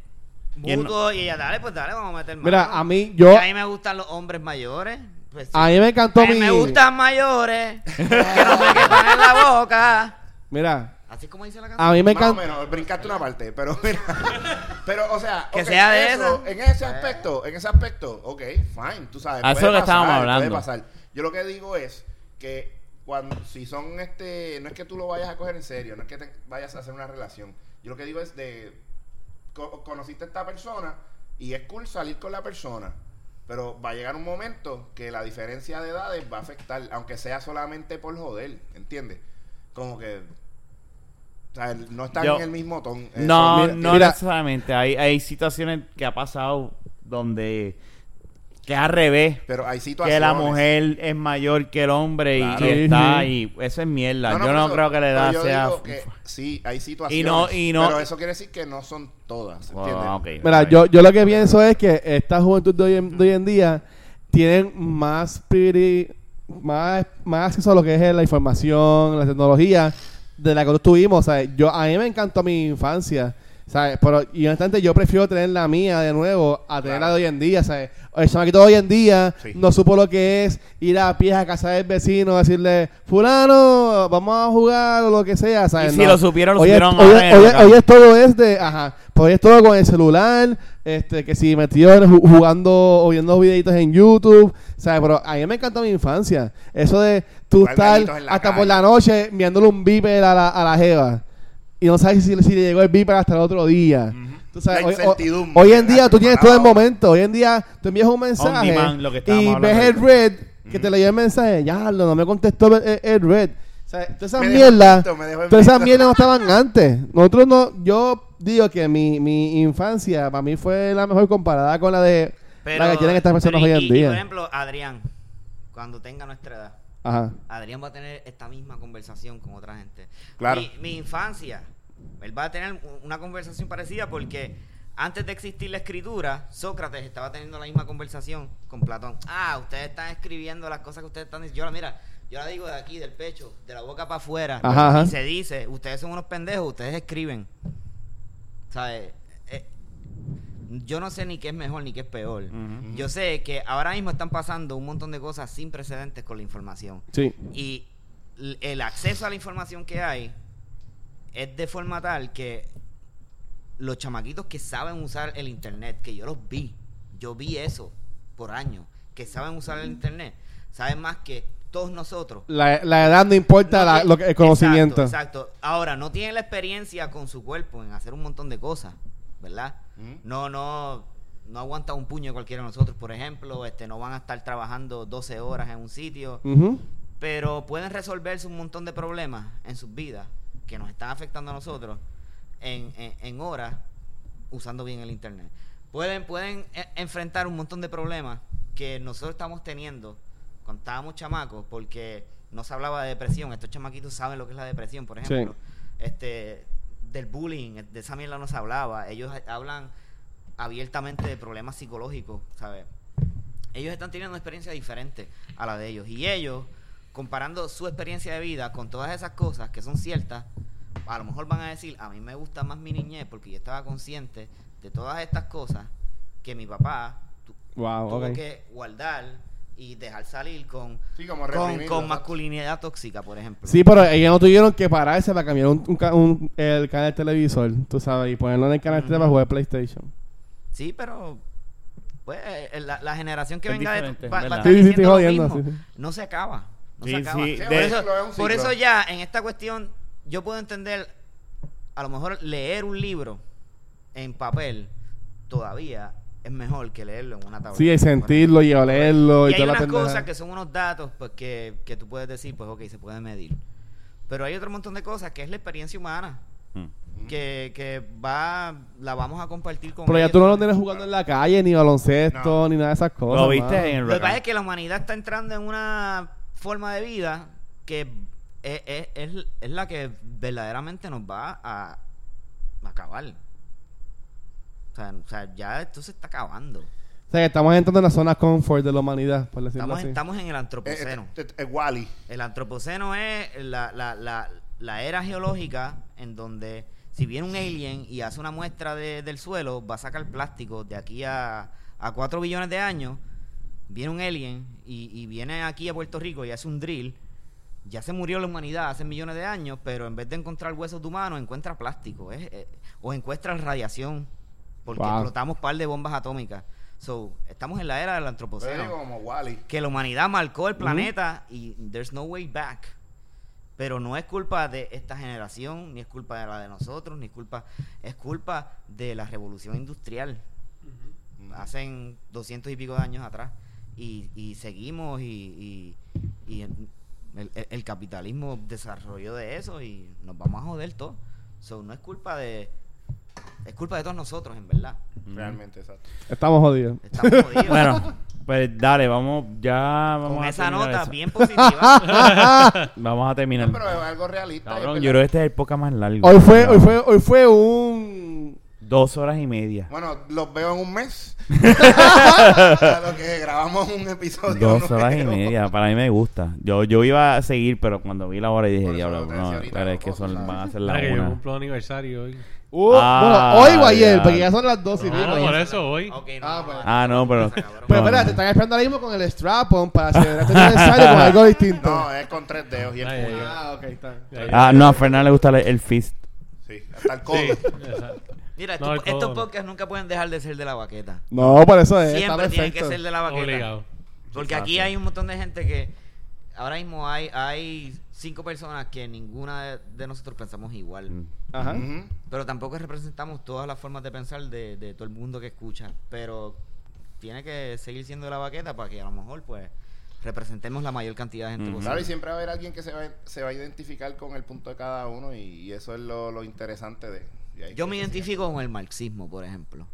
Y él no-
mutuo y ella, dale, pues dale, vamos a meter mano.
Mira, a mí, yo-
Que a mí me gustan los hombres mayores. pues sí.
A mí me encantó
Eh,
mi...
me gustan
(laughs)
mayores. que no me quepan en la boca.
Mira,
Así es como dice la canción.
a mí me
Más o
encantó...
menos, brincaste una parte, pero (laughs) mira. Pero, o sea,
Que
ok,
sea de esa.
En ese aspecto, en ese aspecto, ok, fine, tú sabes.
Ah, eso es
puede
lo que estábamos
pasar,
hablando.
puede pasar. Yo lo que digo es que cuando, si son este, no es que tú lo vayas a coger en serio, no es que te vayas a hacer una relación. Yo lo que digo es de, co- conociste a esta persona y es cool salir con la persona. Pero va a llegar un momento que la diferencia de edades va a afectar, aunque sea solamente por joder, ¿entiendes? Como que... o sea, no están
Yo-
en el mismo ton. eh, eso,
No,
mira,
no
mira.
necesariamente. Hay, hay situaciones que ha pasado donde que es al revés.
Pero hay situaciones.
Que la mujer es mayor que el hombre y,
Claro.
y
Sí,
está
sí.
ahí. Eso es mierda.
No, no,
yo
por
no
eso-
creo que la
pero
edad
yo
sea.
digo que sí, hay situaciones.
no- y no-
Pero eso quiere decir que no son todas.
Wow,
¿entiendes?
ok,
Mira,
está
yo,
bien.
yo lo que pienso es que esta juventud de hoy en, de hoy en día tienen más, piri- más, más acceso a lo que es la información, la tecnología de la que nosotros tuvimos. ¿sabes? Yo, a mí me encantó mi infancia. ¿sabes? Pero, y honestamente, yo prefiero tener la mía de nuevo a tener la de hoy en día. ¿sabes? El chamaquito de hoy en día
Sí.
no supo lo que es ir a pie a casa del vecino, decirle, Fulano, vamos a jugar o lo que sea. ¿sabes?
si lo supieron, lo
Hoy es-
supieron
hoy es-
ahora en el
hoy es-
local.
hoy es todo es de, ajá, pues es todo con el celular, este, que si metido en ju- jugando o viendo videitos en YouTube, ¿sabes? Pero a mí me encanta mi infancia. Eso de tú
Jugar
estar
gallitos en la
hasta
calle.
por la noche mirándole un viper a la, a la jeva. Y no sabes si, si le llegó el viper hasta el otro día. Tú sabes,
La
hoy, hoy-
incertidumbre,
hoy en
¿verdad?
día tú
Que
tienes
para
todo el
ahora.
momento. Hoy en día tú envías un mensaje
demand, lo que estábamos
y
hablando
ves el
ahorita.
red que te leía el mensaje. Ya, no me contestó el, el- el red. O sea, todas esas
Me dejó en
mierdas,
visto, me dejó en
todas esas
visto.
mierdas no estaban antes. Nosotros no, yo digo que mi, mi infancia para mí fue la mejor comparada con la de la que tienen estas personas
pero
hoy
y-
en
y- y,
día.
por ejemplo, Adrián, cuando tenga nuestra edad.
Ajá.
Adrián va a tener esta misma conversación con otra gente.
Claro.
Mi, mi infancia, él va a tener u- una conversación parecida porque antes de existir la escritura, Sócrates estaba teniendo la misma conversación con Platón. Ah, ustedes están escribiendo las cosas que ustedes están diciendo. Yo la mira, yo la digo de aquí, del pecho, de la boca para afuera.
Ajá, ajá.
Y se dice, ustedes son unos pendejos, ustedes escriben. ¿Sabes? Eh, yo no sé ni qué es mejor ni qué es peor.
Ujú.
Yo sé que ahora mismo están pasando un montón de cosas sin precedentes con la información.
Sí.
Y l- el acceso a la información que hay es de forma tal que los chamaquitos que saben usar el internet, que yo los vi, yo vi eso por años, que saben usar el internet, saben más que todos nosotros.
La, la edad no importa
No
la-
tiene-
lo que- el conocimiento.
Exacto, exacto. Ahora, no tienen la experiencia con su cuerpo en hacer un montón de cosas, ¿verdad?
Ujú.
No, no, no aguanta un puño cualquiera de nosotros, por ejemplo. Este, no van a estar trabajando 12 horas en un sitio,
Ujú.
pero pueden resolverse un montón de problemas en sus vidas que nos están afectando a nosotros en, en- en horas usando bien el internet. Pueden, pueden eh, enfrentar un montón de problemas que nosotros estamos teniendo cuando estábamos chamacos, porque no se hablaba de depresión. Estos chamaquitos saben lo que es la depresión, por
Sí.
ejemplo. Este, del bullying, de esa mierda no se hablaba. Ellos ha- hablan abiertamente de problemas psicológicos, ¿sabes? Ellos están teniendo una experiencia diferente a la de ellos. Y ellos, comparando su experiencia de vida con todas esas cosas que son ciertas, a lo mejor van a decir, a mí me gusta más mi niñez porque yo estaba consciente de todas estas cosas que mi papá tu-
Wow,
tuvo
Ah, ok.
que guardar y dejar salir con,
Sí, como
con,
reprimirlo,
con
exacto.
masculinidad tóxica, por ejemplo.
Sí, pero ellos no tuvieron que pararse para cambiar un, un ca- un- el canal de televisor, tú sabes, y ponerlo en el canal de para jugar PlayStation.
Sí, pero pues eh, la, la generación que
Es
venga
diferente,
de va- va a
¿verdad?
estar
Sí, sí,
diciendo
estoy
lo
jodiendo,
mismo.
sí,
no se acaba, no
Sí,
se acaba.
sí,
por,
de-
eso,
es un ciclo.
por eso ya en esta cuestión yo puedo entender a lo mejor leer un libro en papel todavía es mejor que leerlo en una tableta.
Sí, y sentirlo y olerlo
Y
y,
hay
toda la
unas
pendeja.
cosas que son unos datos pues, que, que tú puedes decir, pues ok, se pueden medir. Pero hay otro montón de cosas que es la experiencia humana,
Mm.
que, que va, la vamos a compartir con
Pero ya
ellos.
tú no lo tienes jugando en la calle, ni baloncesto, ni nada de esas cosas.
Lo viste
mano.
en el
Lo que pasa
huracán.
es que la humanidad está entrando en una forma de vida que es, es- es- es la que verdaderamente nos va a acabar. O sea, o sea, ya esto se está acabando.
O sea, que estamos entrando en la zona comfort de la humanidad, por decirlo
Estamos,
así.
estamos en el
Eh, eh,
antropoceno.
eh, eh, Wall-E.
El antropoceno es la, la- la- la era geológica en donde si viene un alien y hace una muestra de- del suelo, va a sacar plástico de aquí a, a 4 billones de años. Viene un alien y, y viene aquí a Puerto Rico y hace un drill. Ya se murió la humanidad hace millones de años, pero en vez de encontrar huesos de humanos, encuentra plástico es- eh, o encuentra radiación, porque
Wow.
explotamos par de bombas atómicas. So, estamos en la era del
Yo
antropoceno
digo como Wall-E.
que la humanidad marcó el planeta y there's no way back. Pero no es culpa de esta generación, ni es culpa de la de nosotros, ni es culpa, es culpa de la revolución industrial. Hacen doscientos y pico de años atrás. Y, y seguimos y, y- y el, el- el capitalismo desarrolló de eso y nos vamos a joder todo. So, no es culpa de... Es culpa de todos nosotros, en verdad.
Realmente, exacto.
Estamos jodidos.
Estamos
(laughs)
jodidos.
Bueno,
(laughs)
pues dale, vamos, ya vamos
con
a
esa
terminar
nota
eso.
bien
(laughs)
positiva.
Vamos a terminar.
No, pero es algo realista.
Cabrón,
es
yo creo
verdad.
que este es el poca más largo.
Hoy fue, hoy fue, hoy fue un...
Dos horas y media.
Bueno, los veo en
(laughs)
un mes. (laughs) a lo que grabamos un episodio.
Dos horas y
nuevo.
media, para mí me gusta. Yo, yo iba a seguir, pero cuando vi la hora dije,
Por eso
diablo,
lo que decía
no,
ahorita,
pero es
no
que son,
puedo,
van a ser la
Ah,
Mira que yo
una.
cumplo aniversario hoy.
Uh,
Ah,
bueno, hoy o ayer,
ya.
porque ya son las dos y
No,
pico.
por eso hoy.
Ok, no,
Ah,
no,
pues.
no,
Ah, no, pero...
Pero
no,
espera, te
no.
están esperando ahora mismo con el strap-on para celebrar este aniversario con algo distinto.
No, es con tres dedos y el
Ay,
puño.
Ah, ok, está.
Ya, ya.
Ah, no, a Fernández le gusta el, el fist.
Sí, hasta el codo.
Sí, exacto.
Mira,
No,
estos,
el codo
estos
no.
podcasts nunca pueden dejar de ser de la baqueta.
No, por eso es, Pues, está
Siempre tienen que
perfecto.
ser de la
Ah.
baqueta.
Obligado.
Porque aquí hay un montón de gente que ahora mismo hay, hay cinco personas que ninguna de, de nosotros pensamos igual.
Mm.
Ajá.
Ujú.
Pero tampoco representamos todas las formas de pensar de, de todo el mundo que escucha. Pero tiene que seguir siendo de la baqueta para que a lo mejor pues representemos la mayor cantidad de gente
Mm,
posible.
Claro, y siempre va a haber alguien que se va, se va a identificar con el punto de cada uno y, y eso es lo, lo interesante de... y ahí
Yo
que
me
se siga.
identifico con el marxismo, por ejemplo.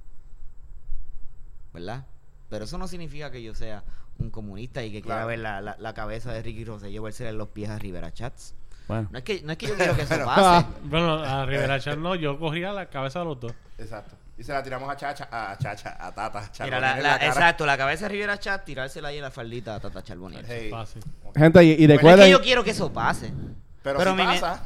¿Verdad? Pero eso no significa que yo sea un comunista y que quiera
Claro.
ver la, la- la cabeza de Ricky Rosselló verse en los pies a Rivera Chats.
Bueno.
No es que, no es que yo quiero que eso pase.
Bueno, a Rivera Chat no, yo cogía la cabeza de los dos.
Exacto. Y se la tiramos a Chacha, a Chacha, a Tata, a Chacha.
Mira, la- la- exacto, la cabeza de Rivera Chat, tirársela ahí en la faldita a Tata Charbonier.
Fácil.
Gente, y, y
Pero es
recuerden,
que yo quiero que eso pase.
Pero,
Pero
si
mi-
(laughs) pasa,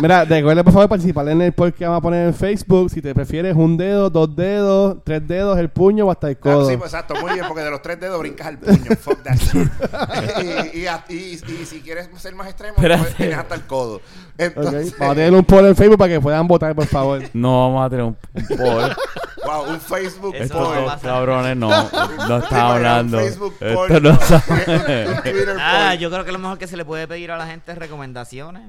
mira, recuerden por favor participar en el poll que vamos a poner en Facebook. Si te prefieres un dedo, dos dedos, tres dedos, el puño o hasta el
Ah,
codo.
sí, pues exacto, muy bien, porque de los tres dedos brincas al puño. Fuck that (laughs) shit. y, y, a- y- y si quieres ser más extremo,
Espérate.
pues, tienes hasta el codo.
Ok,
Entonces,
Vamos a tener un poll en Facebook para que puedan votar, por favor.
No vamos a tener un, un poll.
wow, un Facebook
Eso
Estos
no
poll.
va a
dos
pasar.
cabrones no, no
Sí,
están hablando.
Un Facebook
Esto
poll.
no
(laughs) Un
sabe.
Twitter
Ah,
poll.
yo creo que lo mejor que se le puede pedir a la gente es recomendaciones.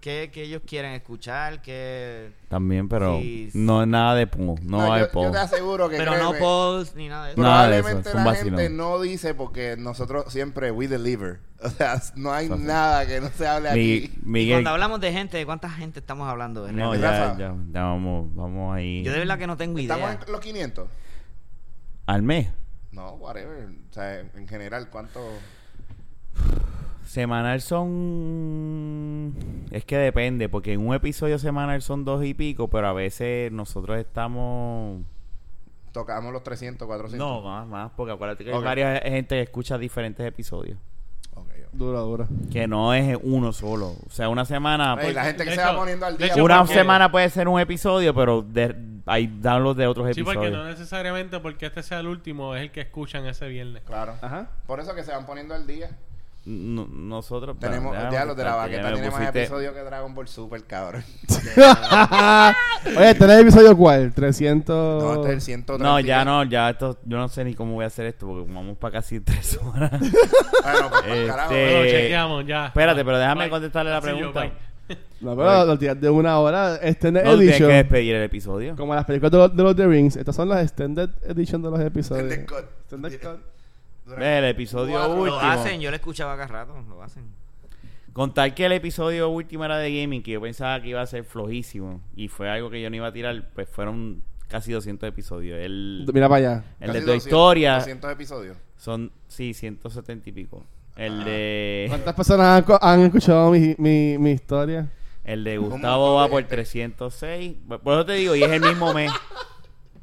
¿Qué, qué ellos quieren escuchar? ¿Qué...
También, pero
Sí, sí.
no es nada de poll. No,
No,
hay
yo, yo
poll.
te aseguro que
Pero no
créeme,
polls ni nada de eso.
No. Nada de eso,
Probablemente
es un
la
vacilón.
gente no dice porque nosotros siempre we deliver. (laughs) O sea, no hay
Exacto.
nada que no se hable
Mi-
aquí.
Y
Miguel.
cuando hablamos de gente, ¿de cuánta gente estamos hablando? de
No,
realmente?
ya,
Rafa.
ya, ya vamos, vamos ahí.
Yo de verdad que no tengo
¿Estamos
idea.
en los 500?
Al mes.
No, whatever. O sea, en general, ¿cuánto?
Semanal son. Es que depende, porque en un episodio semanal son dos y pico, pero a veces nosotros estamos.
Tocamos los 300, 400.
No, más, más, porque acuérdate que
Ok.
hay varias gente que escucha diferentes episodios.
Ok, ok.
Dura, dura.
Que no es uno solo. O sea, una semana.
Ey, la gente que
Ah, pues, de
se va
hecho-
poniendo al
de
día.
hecho,
una
porque-
semana puede ser un episodio, pero de- hay downloads de otros
Sí, porque
episodios.
no necesariamente porque este sea el último es el que escuchan ese viernes.
Claro.
Ajá.
Por eso que se van poniendo al día.
No- nosotros.
Tenemos,
bueno,
ya
déjame
los de la
contarte, ya
baqueta
me
tiene más
pusiste-
episodios que Dragon Ball Super, cabrón.
(laughs) Oye, ¿tenés el episodio cuál? 300.
No, este es el 130.
(laughs) No, ya no, ya esto, yo no sé ni cómo voy a hacer esto, porque vamos para casi (laughs) tres horas.
(laughs) Bueno, pues, carajo.
Este-
Bueno,
Eh,
chequeamos ya.
Espérate, pero déjame
Bye.
contestarle la
Así yo,
pregunta.
bye.
No, pero los días de una hora, Extended
No tú tienes que
Edition.
despedir el episodio.
Como las películas de los, de los The Rings, estas son las Extended Edition de los episodios.
Extended Este cut.
Este
Extended cut.
El episodio
Cuatro, lo
último.
Lo hacen, yo lo escuchaba cada rato, lo hacen.
Contar que el episodio último era de gaming, que yo pensaba que iba a ser flojísimo. Y fue algo que yo no iba a tirar, pues fueron casi 200 episodios. El,
Mira para allá.
el de
Casi
Toy
200,
Historia
200 episodios.
son, sí, 170 y pico.
Ah.
El de,
¿Cuántas personas han, co- han escuchado mi, mi, mi historia?
el de
Un
Gustavo
montón
va
de
por
gente.
306. Por eso te digo, y es el mismo
(laughs)
mes.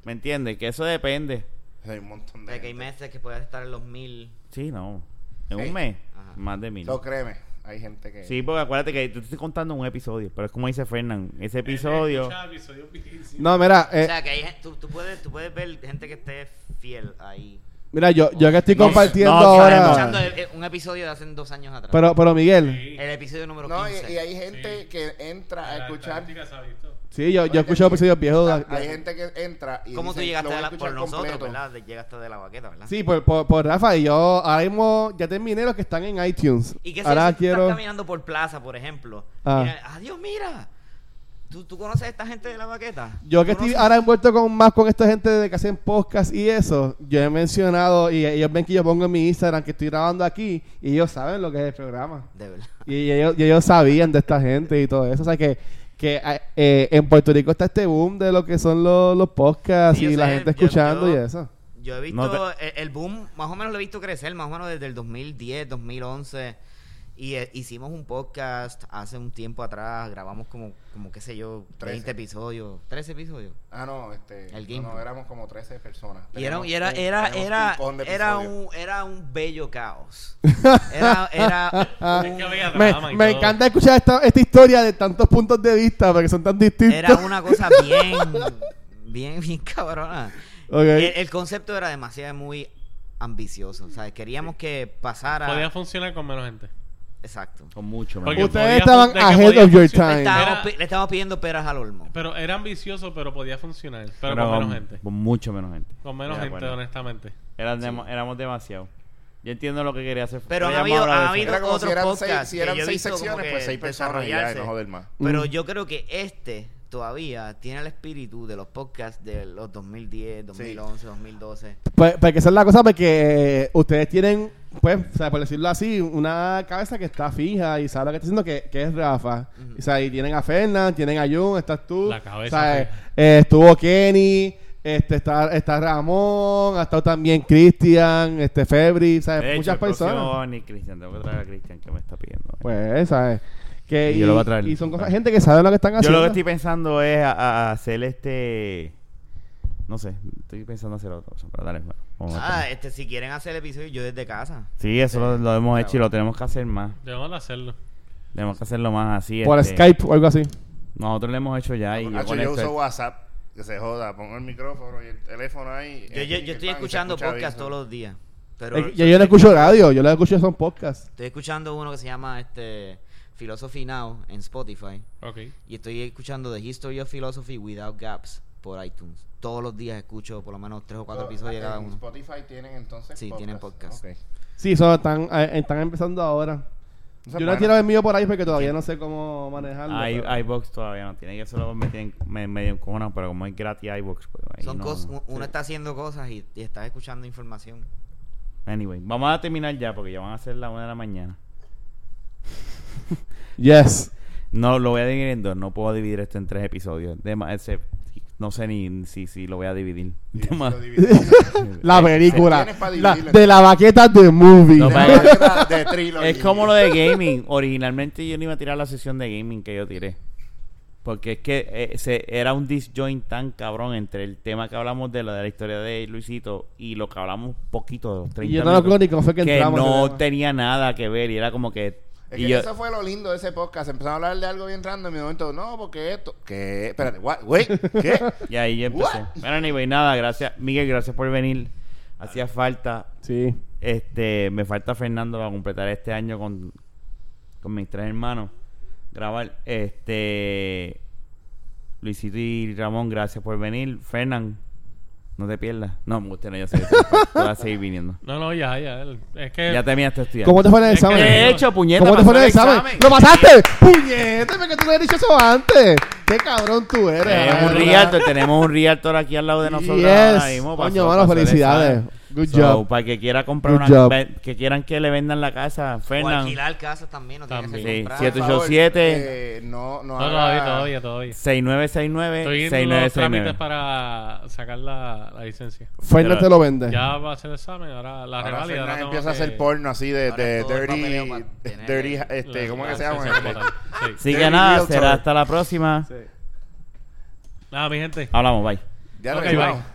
¿Me entiendes? Que eso depende.
Hay un montón de.
De que hay
gente.
meses que puedes estar en los mil.
Sí, no. En
Sí.
un mes,
Ajá.
más de mil.
No, créeme, hay gente que.
Sí, porque acuérdate que te estoy contando un episodio, pero es como dice Fernán, ese episodio.
Eh, Escucha episodio viejísimo.
No, mira,
O
eh,
sea, que hay, gen- tú, tú, puedes, tú puedes ver gente que esté fiel ahí.
mira, yo, yo que estoy
No,
compartiendo
no,
ahora.
Escuchando el- el- un episodio de hace dos años atrás.
Pero, pero Miguel,
el episodio número
No, y,
15.
y hay gente que entra a
La
escuchar.
estadística se ha visto.
sí, yo, yo escucho episodios viejos.
Ah,
de-
Hay gente que entra y.
¿Cómo tú
dicen,
llegaste
"Lo voy
a
a
la-
escuchar
por nosotros,
completo".
verdad? De- Llegaste de la baqueta, ¿verdad?
Sí, por, por, por Rafa y yo ahora mismo ya terminé los que están en iTunes.
¿Y qué sé yo,
ahora
si tú
quiero.
estás caminando por plaza, por ejemplo?
Ah.
Mira, adiós, mira. ¿Tú, ¿Tú conoces a esta gente de la baqueta?
Yo que
¿Tú
estoy
conoces-
ahora envuelto con más con esta gente de que hacen podcast y eso, yo he mencionado y ellos ven que yo pongo en mi Instagram que estoy grabando aquí y ellos saben lo que es el programa.
De verdad.
Y, ellos, y ellos sabían de esta gente y todo eso. O sea que, que eh, en Puerto Rico está este boom de lo que son los, los podcasts
Sí, yo
y la
sé,
gente
yo-
escuchando
yo-
y eso.
Yo he visto
No
el, el boom, más o menos lo he visto crecer, más o menos desde el 2010, 2011. Y eh, hicimos un podcast hace un tiempo atrás, grabamos como, como qué sé yo, 30
Trece.
episodios, 13 episodios.
Ah, no, este.
El
no, no,
gameplay.
éramos como 13 personas.
Y era,
Teníamos
y era,
un-
era,
teníamos
era,
un cojón de
era
episodios.
un, era un bello caos. Era, (laughs) era,
Es que había drama
Me,
y
me
todo.
encanta escuchar esta, esta historia de tantos puntos de vista porque son tan distintos.
era una cosa bien, bien, bien cabrona.
(laughs) Ok.
El, el concepto era demasiado muy ambicioso, o sea, queríamos que pasara...
Podía funcionar con menos gente.
Exacto.
Con mucho,
Porque
mano.
Ustedes
podía
estaban
fun- de que
ahead
podía
of your
funcionar.
time.
Estábamos
Era-
pi- le estamos pidiendo peras al olmo.
Pero era ambicioso, pero podía funcionar. Pero,
Pero
con menos gente.
Con mucho menos gente.
Con menos
Ya,
gente,
bueno.
honestamente.
Eran demo- éramos demasiado. Yo entiendo lo que quería hacer.
Pero han
ya hemos
habido-
hablado de
han
eso.
habido-
Era como si
otros
eran seis,
podcasts
si
que
eran
yo he
seis
visto como
secciones,
que
pues seis personas y ya, y
desarrollarse.
no joder más.
Pero
Mm.
yo creo que este todavía tiene el espíritu de los podcasts de los 2010, 2011, 2012.
Pues, pues que esa es la cosa, porque eh, ustedes tienen, pues, o sea, por decirlo así, una cabeza que está fija y sabe lo que está haciendo, que, que es Rafa. O sea, y tienen a Fernan, tienen a Jun, estás tú.
La cabeza
o sea,
fija.
eh, estuvo Kenny, Este, está, está Ramón, ha estado también Cristian, este Febri, ¿sabes?
De hecho,
Muchas
el
personas.
próximo ni Cristian, tengo que traer a Cristian que me está pidiendo.
Pues, ¿sabes? Que,
Y yo lo voy a traer.
y son cosas, gente que sabe lo que están
Yo
haciendo.
lo que estoy pensando es a, a- a hacer este. No sé, estoy pensando hacer otra cosa. Pero dale, bueno, vamos a
Ah,
hacer.
este, si quieren hacer el episodio, yo desde casa.
Sí, eso lo, lo hemos hecho y lo tenemos que hacer más.
Debemos de hacerlo.
Tenemos que hacerlo más así.
por
este,
Skype o algo así.
Nosotros lo hemos hecho ya. Y yo
Nacho,
con
Ah, yo
esto-
uso WhatsApp. Que se joda, pongo el micrófono y el teléfono ahí. eh,
Yo, yo, yo estoy escuchando podcast todos los días. Pero
Eh, yo, yo no escucho radio, yo lo que escucho son podcasts.
Estoy escuchando uno que se llama este Philosophy Now en Spotify.
Ok.
Y estoy escuchando The History of Philosophy Without Gaps por iTunes. Todos los días escucho por lo menos tres o cuatro episodios de cada
En
uno.
Spotify tienen entonces
Sí, tienen podcast.
Ok.
Sí, eso están, eh, están empezando ahora.
Eso
yo
es
no
bueno.
quiero el mío por ahí porque todavía no sé cómo manejarlo.
i-
pero-
iBox todavía no tiene. Yo solo me tienen me, medio encojonado, pero como es gratis iBox, pues ahí
Son
no-
cos- u- uno está haciendo cosas y, y está escuchando información.
Anyway, vamos a terminar ya porque ya van a ser las 1 de la mañana.
Yes.
No, lo voy a dividir en dos. No puedo dividir esto en tres episodios. Dema- ese- no sé ni si, si lo voy a dividir.
Y eso
Dema-
lo dividimos.
La película.
tienes pa'
La-
dividirla.
de la baqueta de movie.
No,
De
pa-
manera (laughs) de trilogy.
Es como lo
(laughs)
de gaming. Originalmente yo no iba a tirar la sesión de gaming que yo tiré. Porque es que eh, se- era un disjoint tan cabrón entre el tema que hablamos de la, de la historia de Luisito y lo que hablamos poquito de los 30
y yo no lo
minutos,
acuerdo ni cómo fue que
que,
entramos.
no
ese tema.
tenía nada que ver y era como que...
Es
y
que
yo-
eso fue lo lindo de ese podcast. Empezaron a hablar de algo bien random y de momento, no, porque esto. ¿Qué? Espérate, what? Wait, ¿qué?
y ahí yo empecé.
What?
Bueno, anyway, nada, gracias. Miguel, gracias por venir. Hacía falta.
Sí.
Este, me falta Fernando para completar este año con, con mis tres hermanos. Grabar. Este. Luisito y Ramón, gracias por venir. Fernán, no te pierdas. No, me gusta, no, yo sé. Tú vas a seguir viniendo.
No, no, ya, ya. Es que.
Ya terminaste estudiando.
¿Cómo te fue en el
Es que-
examen?
Eh, De hecho, puñeta.
¿Cómo te
pasó
fue en el examen? ¡Lo mataste! ¡Puñete! ¿Por qué tú no habías dicho eso antes? ¡Qué cabrón tú eres!
Tenemos un
Alejandro.
Realtor, tenemos un Realtor aquí al lado de nosotros. ahora
Yes.
mismo, pasó-
Coño, mano,
pasó el
felicidades.
examen.
Good
So,
job.
Para que quiera comprar
Good
una.
job.
ve- Que quieran que le vendan la casa.
O
Fernán.
alquilar casas también, no tiene que ser
También.
comprar.
Sí, (laughs) siete-
Por favor,
787.
eh, no,
No,
no, haga-
todavía, todavía, todavía. Estoy en los trámites
6969-6969.
para sacar la, la licencia.
Fernández te lo vende.
Ya va a hacer el examen, ahora la
Ahora
revalida.
Fernan
ahora tengo
empieza a
que-
hacer porno así de,
Ahora
de
todo el papeleo
(laughs) dirty,
para tener-
dirty, este,
la-
¿cómo
la
que se llama?
licencia como tal. Sí.
Así que
Daily
nada,
Realtor.
será hasta la próxima.
Sí.
Nada, mi gente.
Hablamos, bye.
Ya
Ok,
regresamos.
bye.